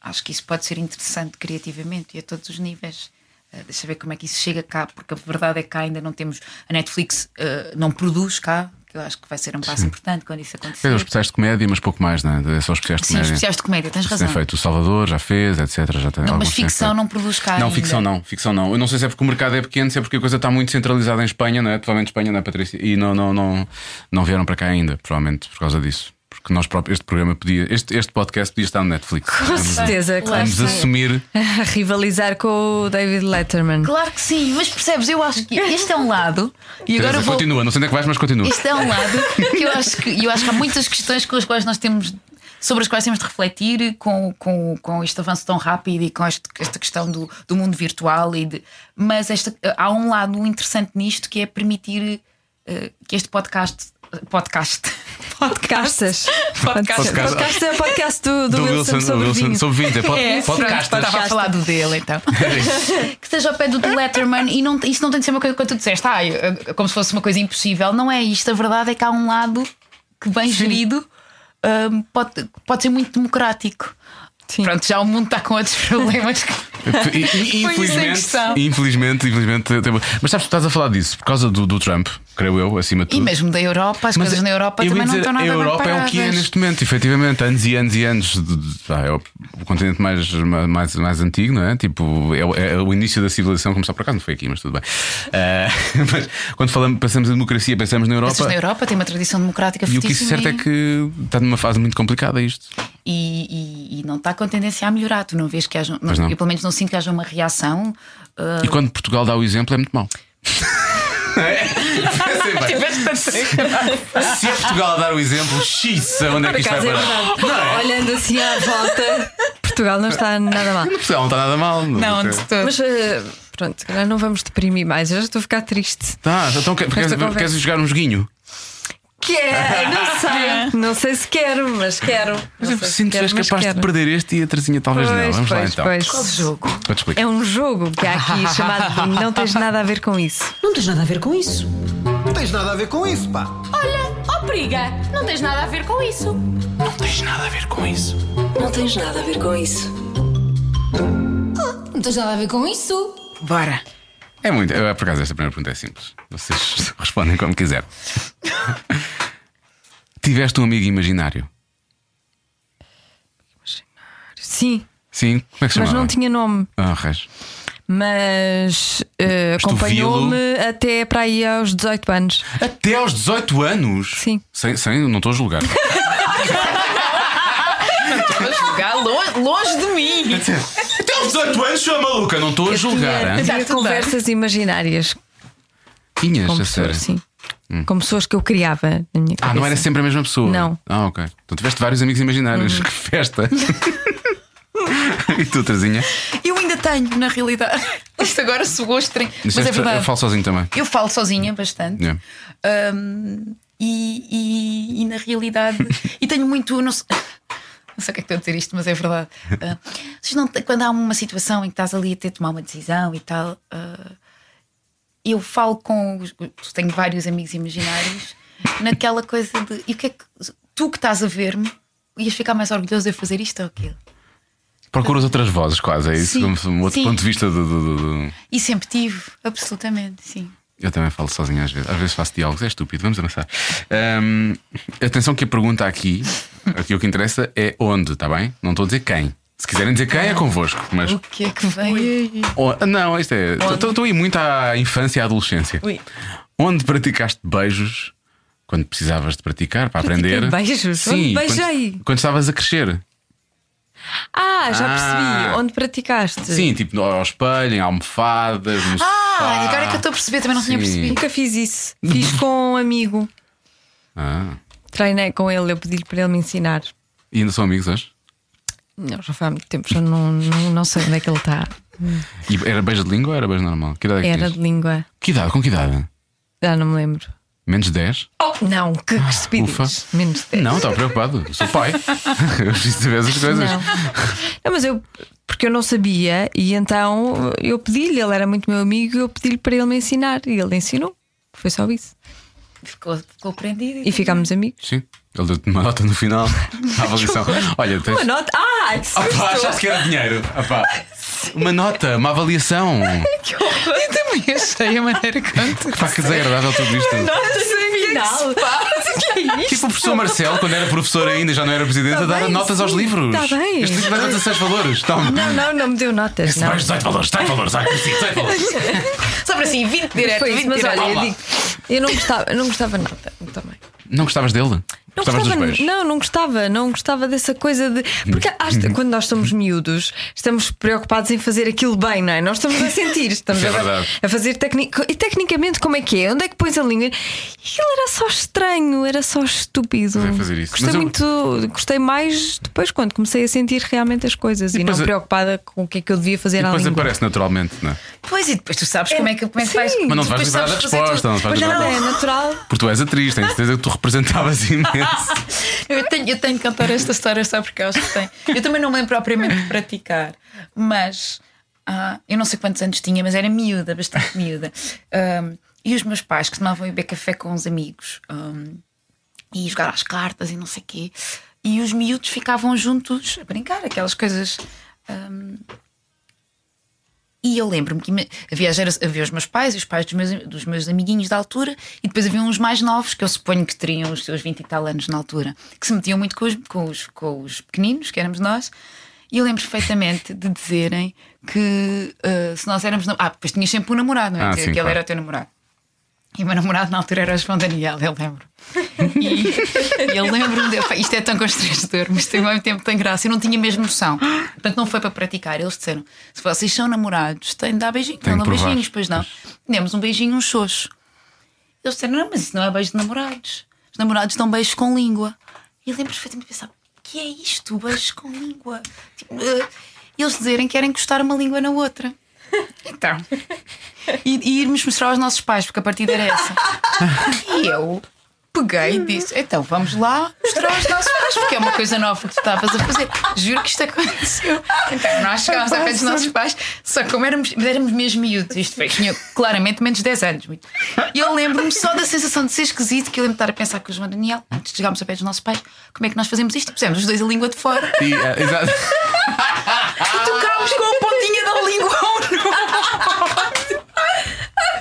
acho que isso pode ser interessante criativamente e a todos os níveis. Eh, deixa eu ver como é que isso chega cá, porque a verdade é que cá ainda não temos, a Netflix eh, não produz cá, que eu acho que vai ser um passo importante quando isso Quer dizer, os acontecer. especiais de comédia, mas pouco mais, não é? É só os especiais de Sim, os comédia. especiais de comédia, tens razão. Tem feito o Salvador, já fez, etc. Já tem Não, mas alguns têm ficção feito. não produz cá Não, ainda. ficção não, ficção não. Eu não sei se é porque o mercado é pequeno, se é porque a coisa está muito centralizada em Espanha, não é? Provavelmente Espanha, não é, Patrícia? E não, não, não, não vieram para cá ainda, provavelmente por causa disso. Porque nós próprios, este programa podia, este, este podcast podia estar no Netflix. Com Vamos- certeza, claro. Vamos assumir. A rivalizar com o David Letterman. Claro que sim, mas percebes, eu acho que este é um lado, e agora Teresa, eu vou, continua, não sei onde é que vais, mas continua. Este é um lado que eu acho que eu acho que há muitas questões com as quais nós temos sobre as quais temos de refletir com, com, com este avanço tão rápido e com este- esta questão do, do mundo virtual. E de, mas esta, há um lado interessante nisto que é permitir eh, que este podcast. Podcast. Podcastas. Podcast. Podcast. Podcast é o podcast do, do Wilson, sobre Wilson vinho. sobre vinho. É pod- É, podcast. pronto, Estava a Podcast. falar do dele então. que esteja ao pé do The Letterman e não, isso não tem de ser uma coisa que tu disseste, ah, eu- como se fosse uma coisa impossível. Não é isto. A verdade é que há um lado que, bem gerido, hum, pode, pode ser muito democrático. Pronto, já o mundo está com outros problemas. E- e- Foi isso em Infelizmente, questão. infelizmente, infelizmente. tem- Mas sabes, tu estás a falar disso por causa do, do Trump, creio eu, acima de tudo. e mesmo da Europa, as Mas coisas na Europa eu ia também não dizer, estão nada A Europa bem é o que é paradas. neste momento, efetivamente. Anos e anos e anos. de- de- ah, é o, o continente mais, mais, mais antigo, não é? Tipo, é, o- é o início da civilização. Começar por acaso, não foi aqui, mas tudo bem. Ah, mas quando falamos, pensamos em democracia, pensamos na Pensas Europa. na Europa tem uma tradição democrática E o que é fortíssima certo é e- que está numa fase muito complicada isto. e, e- e não está com tendência a melhorar. Tu não vês que haja. Pois não. Eu pelo menos não sinto que haja uma reação. E quando Portugal dá o exemplo é muito mau. Pensem bem. Se é Portugal a dar o exemplo, xiça, onde é que isto vai Acaso é parar? verdade. Olhando assim à volta, Portugal não está nada mal. Portugal não está nada mal. todo. Mas eh, pronto, agora não vamos deprimir mais. Eu já estou a ficar triste. Tá, então quer- queres, conversa- queres jogar um joguinho? Quero, não sei. Não sei se quero, mas quero. Mas Não eu sei se sinto que quero, és mas capaz quero. de perder este e a Terezinha talvez não. Pois, Vamos lá pois, então. pois. Qual jogo? Vou-te explicar. É um jogo que há aqui chamado de Não Tens Nada a Ver com Isso. Não tens nada a ver com isso. Não tens nada a ver com isso, pá. Olha, ó periga, não tens nada a ver com isso. Não tens nada a ver com isso. Não tens nada a ver com isso. Bora. É muito. Eu, por acaso, esta primeira pergunta é simples. Vocês respondem como quiser. Tiveste um amigo imaginário? Sim, Sim. Como é que se mas chamava? não tinha nome. Ah, res. Mas eh, tu acompanhou-me até para aí aos 18 anos. Até aos 18 anos? Sim. Sem, sem não estou a julgar. Vou jogar longe, longe de mim. Até aos 18 anos, sua maluca, não estou a julgar. Tinha, hein? tinha tudo bem. conversas imaginárias Tinhas, com a pessoas, sério. sim. Com pessoas que eu criava na minha cabeça. Hum. Ah, não era sempre a mesma pessoa? Não. Ah, ok. Então tiveste vários amigos Uhum. imaginários. Que festa! e tu, Trazinha? Eu ainda tenho, na realidade. Isto agora soou estranho. Mas é Eu verdade. falo sozinho também. É. Eu falo sozinha bastante. Yeah. Ahm, e, e- e na realidade. e tenho muito. Não sei, não sei o que é que estou a dizer isto, mas é verdade. Ah, vocês não têm- quando há uma situação em que estás ali a ter de tomar uma decisão e tal. ah, eu falo com. os- Tenho vários amigos imaginários naquela coisa de. E o que é que. Tu que estás a ver-me, ias ficar mais orgulhoso de eu fazer isto ou aquilo? Procuras outras vozes, quase, é isso? Sim. Como se- Um outro Sim. ponto de vista do. do- do- do- E sempre tive, absolutamente, sim. Eu também falo sozinho às vezes. Às vezes faço diálogos, é estúpido. Vamos avançar. Ahm, atenção que a pergunta aqui, aqui o que interessa é onde, está bem? Não estou a dizer quem. Se quiserem dizer quem é convosco, mas O que é que vem aí? O- Não, isto é. Estou estou a ir muito à infância e à adolescência. Onde praticaste beijos quando precisavas de praticar para Pratiquei aprender? beijos? Onde beijei? Quando, quando estavas a crescer. Ah, já assim. Ah. percebi. Onde praticaste? Sim, tipo no- ao espelho, em almofadas. No Ah, sofá. agora é que eu estou a perceber, também não tinha Sim. percebido. Nunca fiz isso. Fiz com um amigo. Ah, Treinei com ele, eu pedi-lhe para ele me ensinar. E ainda são amigos hoje? Não, já foi há muito tempo, já não, não, não sei onde é que ele está. E era beijo de língua ou era beijo normal? Que idade é que Era tinhas? de língua. Que idade? Com que idade? Já não me lembro. Menos de 10? Oh, não, que Ah, ufa. estupidez. Menos de 10. Não, estava preocupado. Sou pai. eu preciso saber essas coisas. Não. Não, mas eu, porque eu não sabia, e então eu pedi-lhe, ele era muito meu amigo, e eu pedi-lhe para ele me ensinar, e ele ensinou. Foi só isso. Ficou, ficou prendido. E ficámos amigos. Sim. Ele deu-te uma nota no final. A avaliação. Olha, tens, Uma nota. Ah, que Ah pá, susto! achaste que era dinheiro. Ah pá. Uma nota, uma avaliação. Eu também achei a maneira quanto. Pá, que desagradável tudo isto. Notas no final. Tipo o professor Marcelo, quando era professor ainda, já não era presidente, a dar bem, notas aos sim, livros. tá bem. Este livro dá 16 valores. Toma. Não, não, não me deu notas. Esse Não. mais 18 valores, 18 valores, vai, sim, 18 valores. Sobre assim, 20 Mas direto, Foi 20 isso, mas direto. olha, eu Vá lá. digo, eu não gostava, eu não gostava nada também. Não gostavas dele? Não Gostavas dos gostava, beijos? Uhum. não, não gostava, não gostava dessa coisa de. Porque às- quando nós somos miúdos, estamos preocupados em fazer aquilo bem, não é? Nós estamos a sentir, estamos É a, verdade. a fazer técnica. E tecnicamente, como é que é? Onde é que pões a língua? Aquilo era só estranho, era só estúpido. Vai fazer isso. Gostei Mas eu- muito, gostei mais depois quando comecei a sentir realmente as coisas e, não depois a- preocupada com o que é que eu devia fazer à Depois língua. aparece naturalmente, não é? Pois, e depois tu sabes como é que, como é que sim. faz. Mas não te depois vais lembrar sabes da fazer resposta, tudo. não te vais Pois lembrar Não, da é resposta. natural. Porque tu és atriz, tenho certeza que tu representavas imenso. Eu tenho, eu tenho que contar esta história só porque acho que tem. Eu também não me lembro propriamente de praticar, mas ah, eu não sei quantos anos tinha, mas era miúda, bastante miúda. Ahm, e os meus pais que tomavam beber café com os amigos ahm, e jogar às cartas e não sei quê. E os miúdos ficavam juntos a brincar, aquelas coisas. ahm, e eu lembro-me que me- havia, a gera- havia os meus pais e os pais dos meus, dos meus amiguinhos da altura, e depois havia uns mais novos, que eu suponho que teriam os seus 20 e tal anos na altura, que se metiam muito com os, com os, com os pequeninos, que éramos nós. E eu lembro perfeitamente de dizerem que eh, se nós éramos. nam- Ah, depois tinhas sempre um namorado, não é? Ah, Dizer sim, que ele claro. era o teu namorado. E o meu namorado na altura era o João Daniel, eu lembro. E, e eu lembro-me de. pá, Isto é tão constrangedor, mas tem ao mesmo tempo tem graça. Eu não tinha mesmo noção. Portanto, não foi para praticar. Eles disseram: se vocês são namorados, têm de dar beijinhos. Tem de Não, não provar. beijinhos, pois não. Demos um beijinho, um xoxo. Eles disseram: não, mas isso não é beijo de namorados. Os namorados dão beijos com língua. E eu lembro perfeitamente de pensar: que é isto? Beijos com língua? Tipo, eh, eles dizerem que querem encostar uma língua na outra. Então. E, e irmos mostrar aos nossos pais, porque a partida era essa. E eu peguei e disse: então vamos lá mostrar aos nossos pais, porque é uma coisa nova que tu estavas a fazer. Juro que isto aconteceu. Então nós chegámos ao pé dos nossos pais, só que como éramos, éramos mesmo miúdos, isto foi, tinha claramente menos de 10 anos. muito. E eu lembro-me só da sensação de ser esquisito, que eu lembro de estar a pensar com o João Daniel, antes de chegarmos ao pé dos nossos pais, como é que nós fazemos isto? Pusemos os dois a língua de fora E, ah, exato. e tocámos com a pontinha da língua um no outro.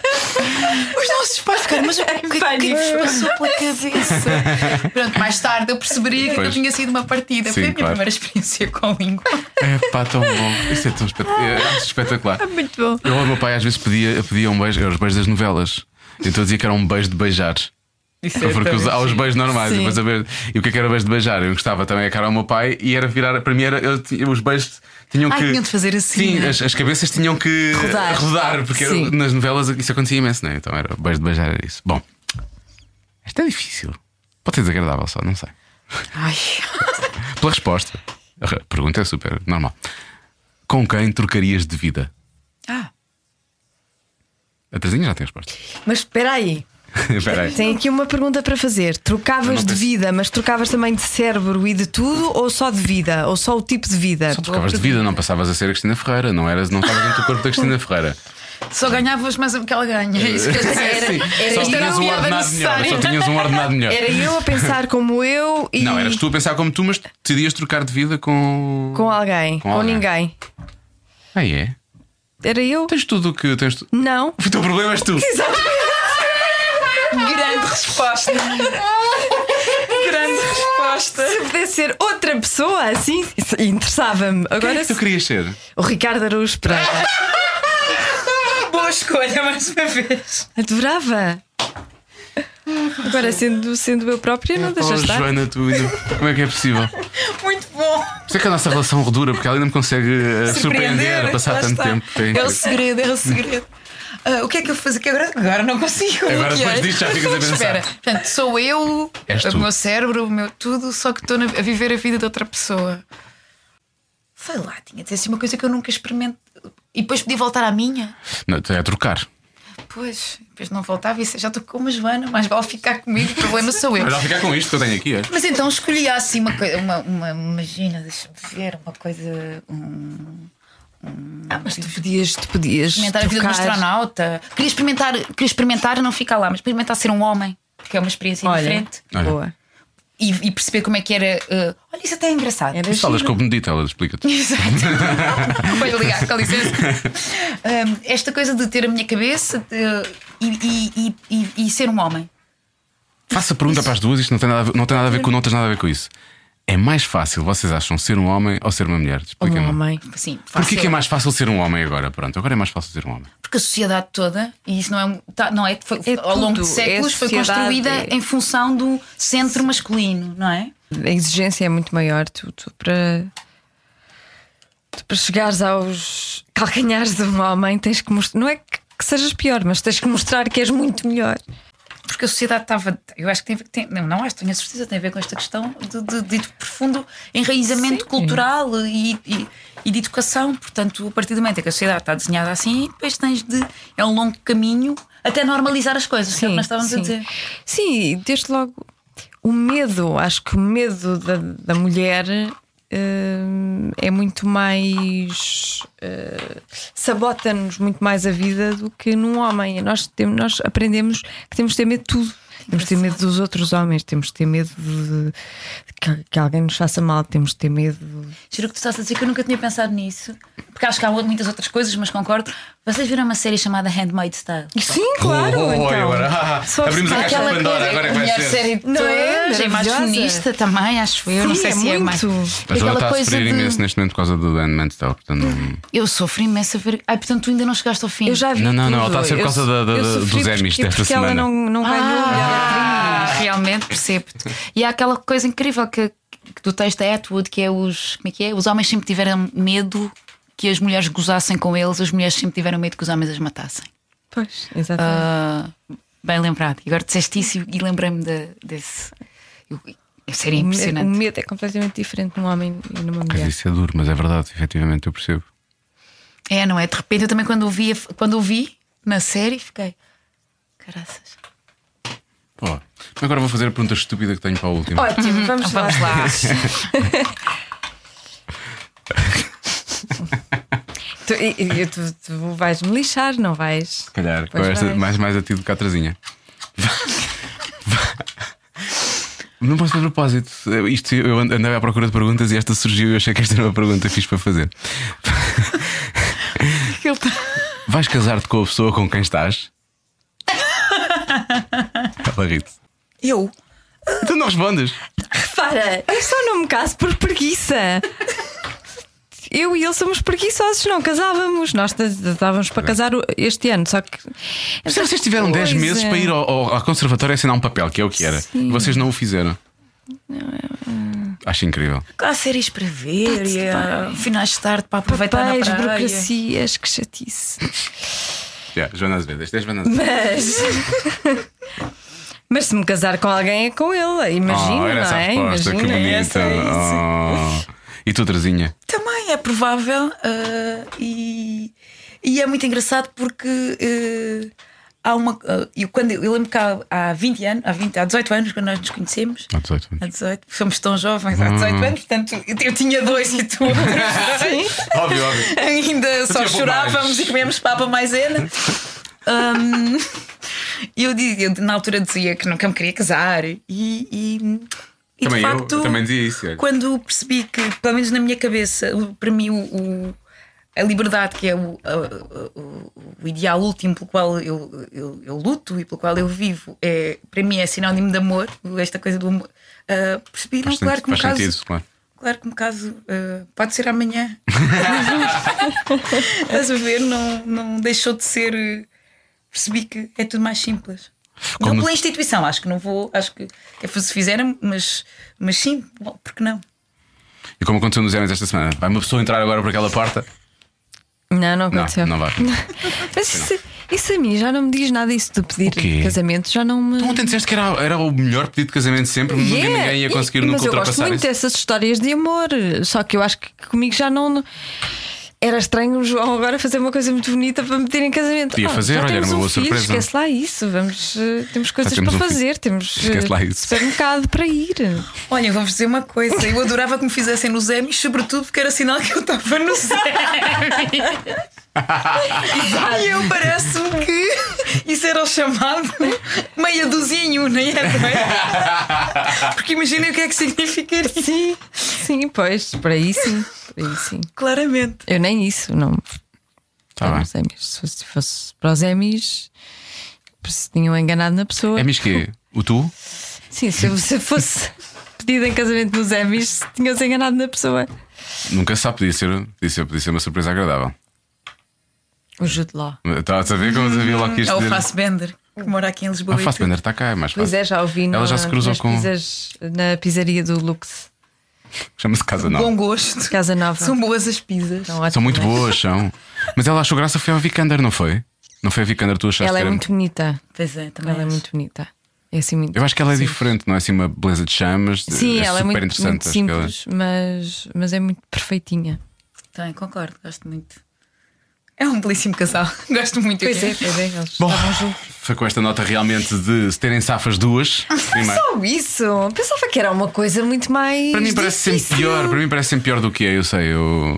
Os nossos pais ficaram, mas o que, o que é que vos passou pela cabeça? Pronto, mais tarde eu perceberia que Pois. aquilo tinha sido uma partida. Foi Sim, a minha claro. primeira experiência com língua. É pá, tão bom. Isso é tão espetacular. Eu acho espetacular. Muito bom. Eu, o meu pai às vezes pedia, pedia um beijo, eram os beijos das novelas. Então eu dizia que era um beijo de beijar. Porque os- há os beijos normais. E, depois a ver- e o que é que era beijo de beijar? Eu gostava também a cara ao meu pai e era virar. Para mim, era, eu tinha- os beijos tinham Ai, que. tinham de fazer assim, Sim, né? as, as cabeças tinham que rodar. porque era- Sim. nas novelas isso acontecia imenso, não é? Então era beijo de beijar, era isso. Bom, esta é difícil. Pode ser desagradável só, não sei. Pela resposta. A pergunta é super normal. Com quem trocarias de vida? Ah, A Terezinha já tem resposta. Mas espera aí. Espera aí. Tenho aqui uma pergunta para fazer. Eu Trocavas não de penso- vida, mas trocavas também de cérebro e de tudo, ou só de vida? Ou só o tipo de vida? Só trocavas de vida, não passavas a ser a Cristina Ferreira, não eras, não estavas dentro do corpo da Cristina Ferreira. só ganhavas mais do que ela ganha. É Isso que eu dizia. era, Sim, era, só isto era tinhas um uma piada ordenado melhor, necessária. só tinhas um ordenado melhor. Era eu a pensar como eu e Não, eras tu a pensar como tu, mas decidias trocar de vida com. com alguém, Com com, alguém. ninguém. Ah, é? Era eu? Tens tudo o que tens. Tu... Não. O teu problema és tu. Grande resposta. Grande resposta. Se pudesse ser outra pessoa, assim, isso interessava-me. Quem é Agora que tu querias ser? o Ricardo Araújo Pereira. Boa escolha, mais uma vez. Adorava. Agora, sendo, sendo eu própria, não deixas oh, estar. Joana, tu ainda. Como é que é possível? Por Muito bom. isso é que a nossa relação redura, porque ela ainda me consegue eh, surpreender a passar lá tanto está. tempo. É É o incrível. segredo, é o segredo. Ah, o que é que eu fazia que agora? Agora não consigo. Agora, O que é? depois disto, já ficas a pensar. Espera, portanto, sou eu, És o tu. meu cérebro, o meu tudo, só que estou na- a viver a vida de outra pessoa. Sei lá, tinha de ser assim uma coisa que eu nunca experimento. E depois podia voltar à minha? Não, tu é a trocar. Pois, depois não voltava e disse, já estou com uma Joana, mas vale ficar comigo, o problema sou eu. Mas vai ficar com isto que eu tenho aqui, é? Mas então escolhi assim uma coisa, uma, uma- imagina, deixa-me ver, uma coisa. Um, Ah, mas tu podias, tu podias. experimentar a vida de um trocar. astronauta. Queria experimentar, queria experimentar não ficar lá, mas experimentar ser um homem, porque é uma experiência Olha, diferente. Olha. Boa. E, e perceber como é que era. eh, olha, isso até é engraçado. Era Falas com a Benedita, ela explica-te. Exato. Foi ligar, com licença. Ahm, esta coisa de ter a minha cabeça de- e, e- e- e- e ser um homem. Faça a pergunta para as duas, isto não tem nada a ver, não tem nada a ver com, não tens nada a ver com isso. É mais fácil, vocês acham, ser um homem ou ser uma mulher? Expliquem-me. Um homem. Porquê Sim, assim, fácil. que é mais fácil ser um homem agora? Pronto, agora é mais fácil ser um homem. Porque a sociedade toda, e isso não é. um- tá- não é, foi- É ao longo tudo, de séculos, é a foi sociedade, construída é- em função do centro masculino, não é? A exigência é muito maior. Tu, tu para. Tu para chegares aos calcanhares de um homem, tens que mostrar. Não é que, que sejas pior, mas tens que mostrar que és muito melhor. Porque a sociedade estava. Eu acho que tem a ver. Tem, não, não acho, tenho a certeza, tem a ver com esta questão de, de, de profundo enraizamento cultural e, e, e de educação. Portanto, a partir do momento em que a sociedade está desenhada assim, depois tens de. É um longo caminho até normalizar as coisas, que é o que nós estávamos a sim. dizer. Sim, e desde logo o medo, acho que o medo da, da mulher hum, é muito mais. eh, sabota-nos muito mais a vida do que num homem. E Nós, temos, nós aprendemos que temos de ter medo de tudo. Temos de ter medo dos outros homens, temos de ter medo de, de que, que alguém nos faça mal, temos de ter medo. Juro que tu estás a dizer que eu nunca tinha pensado nisso. Porque acho que há muitas outras coisas, mas concordo. Vocês viram uma série chamada Handmade Style? Sim, claro! Oh, então. agora, ah, Só abrimos a está caixa de aquela Pandora, agora é que vai melhor ser. série de Não é? todas, é mais Maravilhosa. feminista também, acho eu. não Sim, sei é se é mais. muito. A Joana está a sofrer imenso de. neste momento por causa do Dan Mantel, portanto. Eu sofro imenso a ver. Ai, portanto, tu ainda não chegaste ao fim. Eu já vi. Não, não, não, tudo. está a ser por Eu causa so- da- da- eu da- sofri dos Emmys porque- desta porque ela semana. não, não ganhou. Ah, realmente percebo-te. E há aquela coisa incrível que, que do texto da Atwood, que é os. Como é que é? Os homens sempre tiveram medo que as mulheres gozassem com eles, as mulheres sempre tiveram medo que os homens as matassem. Pois, exatamente. É Ah, bem lembrado. E agora disseste isso e, e lembrei-me de- desse. Eu, eu seria O me- O impressionante. medo é completamente diferente num homem e numa Mas mulher. isso é duro, mas é verdade, efetivamente eu percebo. É, não é? De repente eu também, quando o vi, quando o vi na série, fiquei. Caraças. Ó, agora vou fazer a pergunta estúpida que tenho para a última. Ótimo, vamos lá. Vamos lá. Tu, e- e- tu- tu vais me lixar, não vais? Se calhar, com Pois esta, vais. mais, mais a ti do que a trazinha. Não posso fazer propósito. Isto, eu and- andava à procura de perguntas e esta surgiu e eu achei que esta era uma pergunta fixe para fazer. tá- Vais casar-te com a pessoa com quem estás? Ela ri-te. Eu? Então não respondes. Repara, eu só não me caso por preguiça. Eu e ele somos preguiçosos, não casávamos. Nós t- t- estávamos para casar o- este ano, só que. Mas se vocês tiveram Então, 10 Pois meses é. para ir ao, ao, ao conservatório e assinar um papel, que é o que era. E vocês não o fizeram. Acho incrível. Há séries para ver, e há finais de tarde para aproveitar Papéis, na praia. burocracias, que chatice. Yeah, Joana Azevedo, este é Joana Azevedo. Mas. Mas se me casar com alguém é com ele, imagina, oh, era essa não a é? resposta, imagina, que bonita. essa é isso. Oh. E tu, Trazinha? Também é provável ah, e, e é muito engraçado porque eh, há uma. ah, eu, quando, eu lembro que há, há 20 anos, há, 20, há 18 anos, quando nós nos conhecemos, Há 18 anos. há 18, somos tão jovens, há 18 anos, portanto eu, eu tinha dois e tu. Óbvio, óbvio. ainda só tinha pouco chorávamos mais. e comíamos papa maisena. Hum, eu, di- eu na altura dizia que nunca me queria casar e, e, e Também eu, de facto eu também dizia isso, olha. quando percebi que pelo menos na minha cabeça o- para mim o, o- a liberdade que é o, a- o- o ideal último pelo qual eu, eu, eu luto e pelo qual eu vivo é para mim é sinónimo de amor esta coisa do amor Ah, percebi não Faz, claro claro que me faz caso sentido, claro. Claro que me caso eh, pode ser amanhã. Estás a ver? Não, não deixou de ser. eh, Percebi que é tudo mais simples. Como- Não pela instituição, acho que não vou, acho que é se fizeram, mas, mas sim, bom, porque não? E como aconteceu nos anos esta semana, vai uma pessoa entrar agora por aquela porta? Não, não Não, aconteceu. não vai. Mas isso, isso a mim já não me diz nada. Isso de pedir O quê? casamento já não me. Ontem disseste que era, era o melhor pedido de casamento sempre, nunca Yeah. ninguém ia conseguir E- nunca Mas eu gosto ultrapassar muito isso. dessas histórias de amor. Só que eu acho que comigo já não. Era estranho o João agora fazer uma coisa muito bonita para meter em casamento. Podia fazer, já olha, era temos uma um boa filho, surpresa. Esquece lá isso. Vamos, eh, temos coisas temos para um filho. fazer. Temos Esquece lá eh, isso. supermercado para ir. Olha, vou-vos dizer uma coisa, eu adorava que me fizessem nos Emmys, sobretudo porque era sinal que eu estava no Emmys. e eu parece-me que isso era o chamado meia dozinho, não é? Não é? Porque imaginem o que é que significaria. Sim. Sim, pois, por aí sim. Por aí sim. Claramente. Eu nem isso, não. Tá para bem. os Emmys. Se fosse- fosse para os Emmys, se tinham enganado na pessoa. É mis quê? O tu? Sim, se eu se eu fosse pedido em casamento nos Emmys se tinhas enganado na pessoa. Nunca se sabe, podia ser, podia, ser, podia ser uma surpresa agradável. O Jude Law. Estás a ver como eu havia logo que isto É o dizer? Fassbender, que mora aqui em Lisboa. Ah, e Fassbender está cá, é mais Pois fácil. é, já ouvi Ela na, já se cruzou nas com- pizzas- na pizzaria do Lux, é. Chama-se Casa tudo. Bom Nova. gosto. Casa Nova. São boas as pizzas. Então, ótimo, São muito não é? boas, são. Mas ela achou graça foi ao Vikander, não foi? Não foi a Vikander, tu achaste Ela que é era. muito bonita. Pois é, também Ela é acho. muito bonita. É assim muito. Eu acho que ela é diferente, não é assim uma beleza de chamas. Sim, ela é super muito, interessante. muito acho que ela- simples, mas, mas é muito perfeitinha. Tem, concordo, gosto muito. É um belíssimo casal, gosto muito. Pois é, aqui. pois é. Eles Bom, estavam juntos. foi com esta nota realmente de se terem safas duas. Primeiro. Só isso? Pensava que era uma coisa muito mais. Para mim parece sempre difícil. pior, para mim parece sempre pior do que é, eu sei, eu.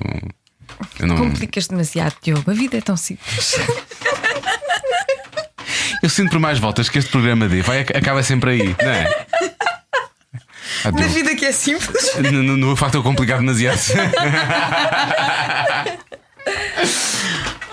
Eu, não, Complicas demasiado, Diogo. A vida é tão simples. eu sinto por mais voltas que este programa dê, vai, acaba sempre aí, não é? Ah, Na Deus. vida que é simples. No, no, no facto eu complicar demasiado.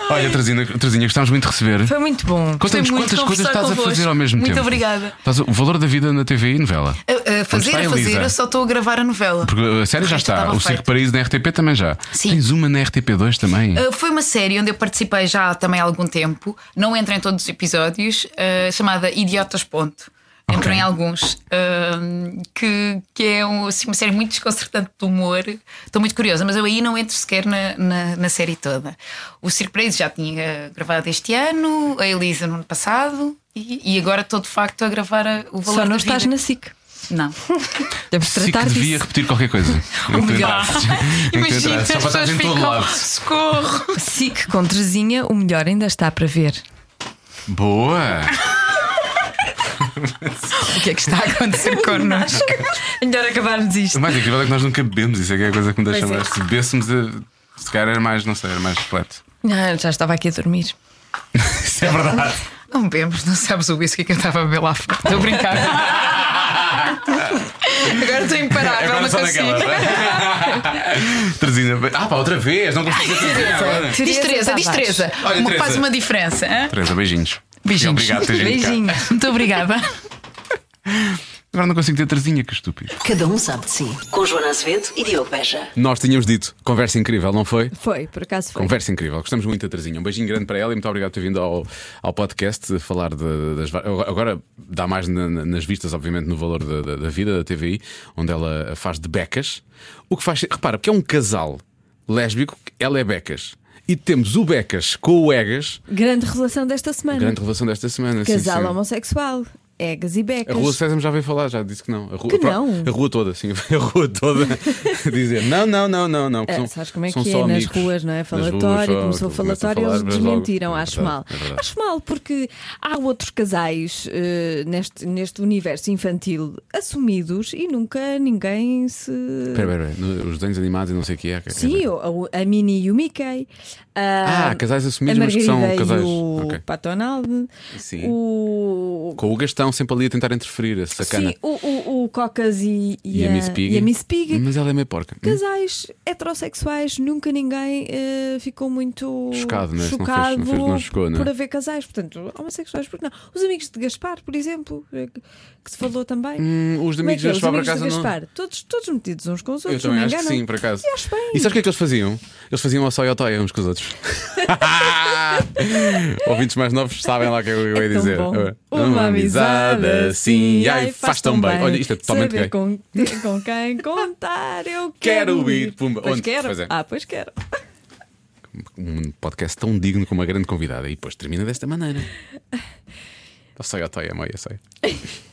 Olha, Terezinha, Terezinha, gostámos muito de receber. Foi muito bom. Conta-nos muito quantas coisas conversar estás a convosco. fazer ao mesmo Muito tempo. obrigada. Estás a- o valor da vida na TV e novela. A- a fazer, está a a fazer, Elisa? eu só estou a gravar a novela. Porque a série já Correto, está. estava O Circo feito. Paraíso na RTP também já. Sim. Tens uma na RTP2 também. Uh, foi uma série onde eu participei já também há algum tempo, não entra em todos os episódios, uh, chamada Idiotas. Ponto. Entro Ok. em alguns, um, que, que é um, assim, uma série muito desconcertante de humor. Estou muito curiosa, mas eu aí não entro sequer na, na, na série toda. O Surprise já tinha gravado este ano, a Elisa no ano passado, e, e agora estou de facto a gravar a- o valor Só da não estás vida. na SIC. Não. Devemos Sim, que tratar devia disso. repetir qualquer coisa. Em que tu melhor. entrasses. Em que tu Um Imagina, entrasses. as Só para pessoas estar em todo ficam, "Oh, lado. socorro! SIC com Terezinha, o melhor ainda está para ver. Boa! O que é que está a acontecer connosco? melhor acabarmos O isto. mais incrível é que nós nunca bebemos, isso é que é a coisa que me deixa Pois é. mais. Se bebêssemos, eh, se calhar era mais, não sei, era mais flat. Não, já estava aqui a dormir. Isso é verdade. Não bebemos, não sabes o whisky que eu estava a beber lá fora. Estou a brincar. Agora tá assim. estou imparável, Agora não só naquelas. consigo. né? Terezinha, ah pá, outra vez, não consigo dizer Terezinha agora. Diz Teresa, diz Tavares. Teresa. Olha, Uma- Teresa. Faz uma diferença. hã? Teresa, beijinhos. Beijinhos. E Obrigado, por ter vindo cá. Beijinhos. Muito obrigada. Agora não consigo ter Terezinha, que estúpido. Cada um sabe de si. Com Joana Azevedo e Diogo Beja. Nós tínhamos dito, conversa incrível, não foi? Foi, por acaso foi. Conversa incrível, gostamos muito da Terezinha. Um beijinho grande para ela e muito obrigado por ter vindo ao, ao podcast eh, falar de- das. va- Agora dá mais na- na- nas vistas, obviamente, no valor da, da- da vida da TVI, onde ela faz de becas. O que faz. Repara, porque é um casal lésbico, ela é becas. E temos o Becas com o Egas, Grande revelação desta semana. grande revelação desta semana. sim, Casal é sim. homossexual. Egas e A becas. Rua César já veio falar, já disse que não. A rua, Que não? A rua toda, sim, a rua toda dizer não, não, não, não, não. que É, são- sabes como é são que só é? Nas amigos. ruas, não é? Nas Falatório, ruas, começou só- a falatório, começa eles a falar, mas logo- desmentiram. é acho verdade, mal. é verdade. acho mal, porque há outros casais eh, neste, neste universo infantil assumidos e nunca ninguém se. Pera, pera, pera. No- Os desenhos animados e não sei o que é. que- Sim, o- a, a Minnie e o Mickey. A, Ah, casais assumidos, a mas que são Margarida casais. E o Ok. Pato Donald. Sim. O. Com o Gastão sempre ali a tentar interferir, a sacana. Sim, o, o, o Cocas e, e E a Miss Piggy. E a Miss Piggy. Mas ela é meio porca. Casais heterossexuais, nunca ninguém eh, ficou muito Chocado, né? Se não fez- chocado não fez- não chocou, né? por haver casais, portanto, homossexuais, porque não? Os amigos de Gaspar, por exemplo, eh, que que se falou também. Hum, os de Como é amigos que é? deles Os para amigos casa de não. Gaspar, todos, todos metidos uns com os Eu outros, também não acho que enganam. sim, por acaso. E acho bem. E sabes o que é que eles faziam? Eles faziam ao só e ao toia uns com os outros. Ouvintes mais novos sabem lá o que eu ia É tão dizer. bom. Uma, amizade assim, ai, faz tão bem. Olha, isto é totalmente Saber gay. Com, com quem contar, eu Quero quero. ir, pumba. Pois Onde? quero. Pois é. Ah, pois quero. Um podcast tão digno com uma grande convidada. E depois termina desta maneira. Ao só e ao toia, mãe, eu sei.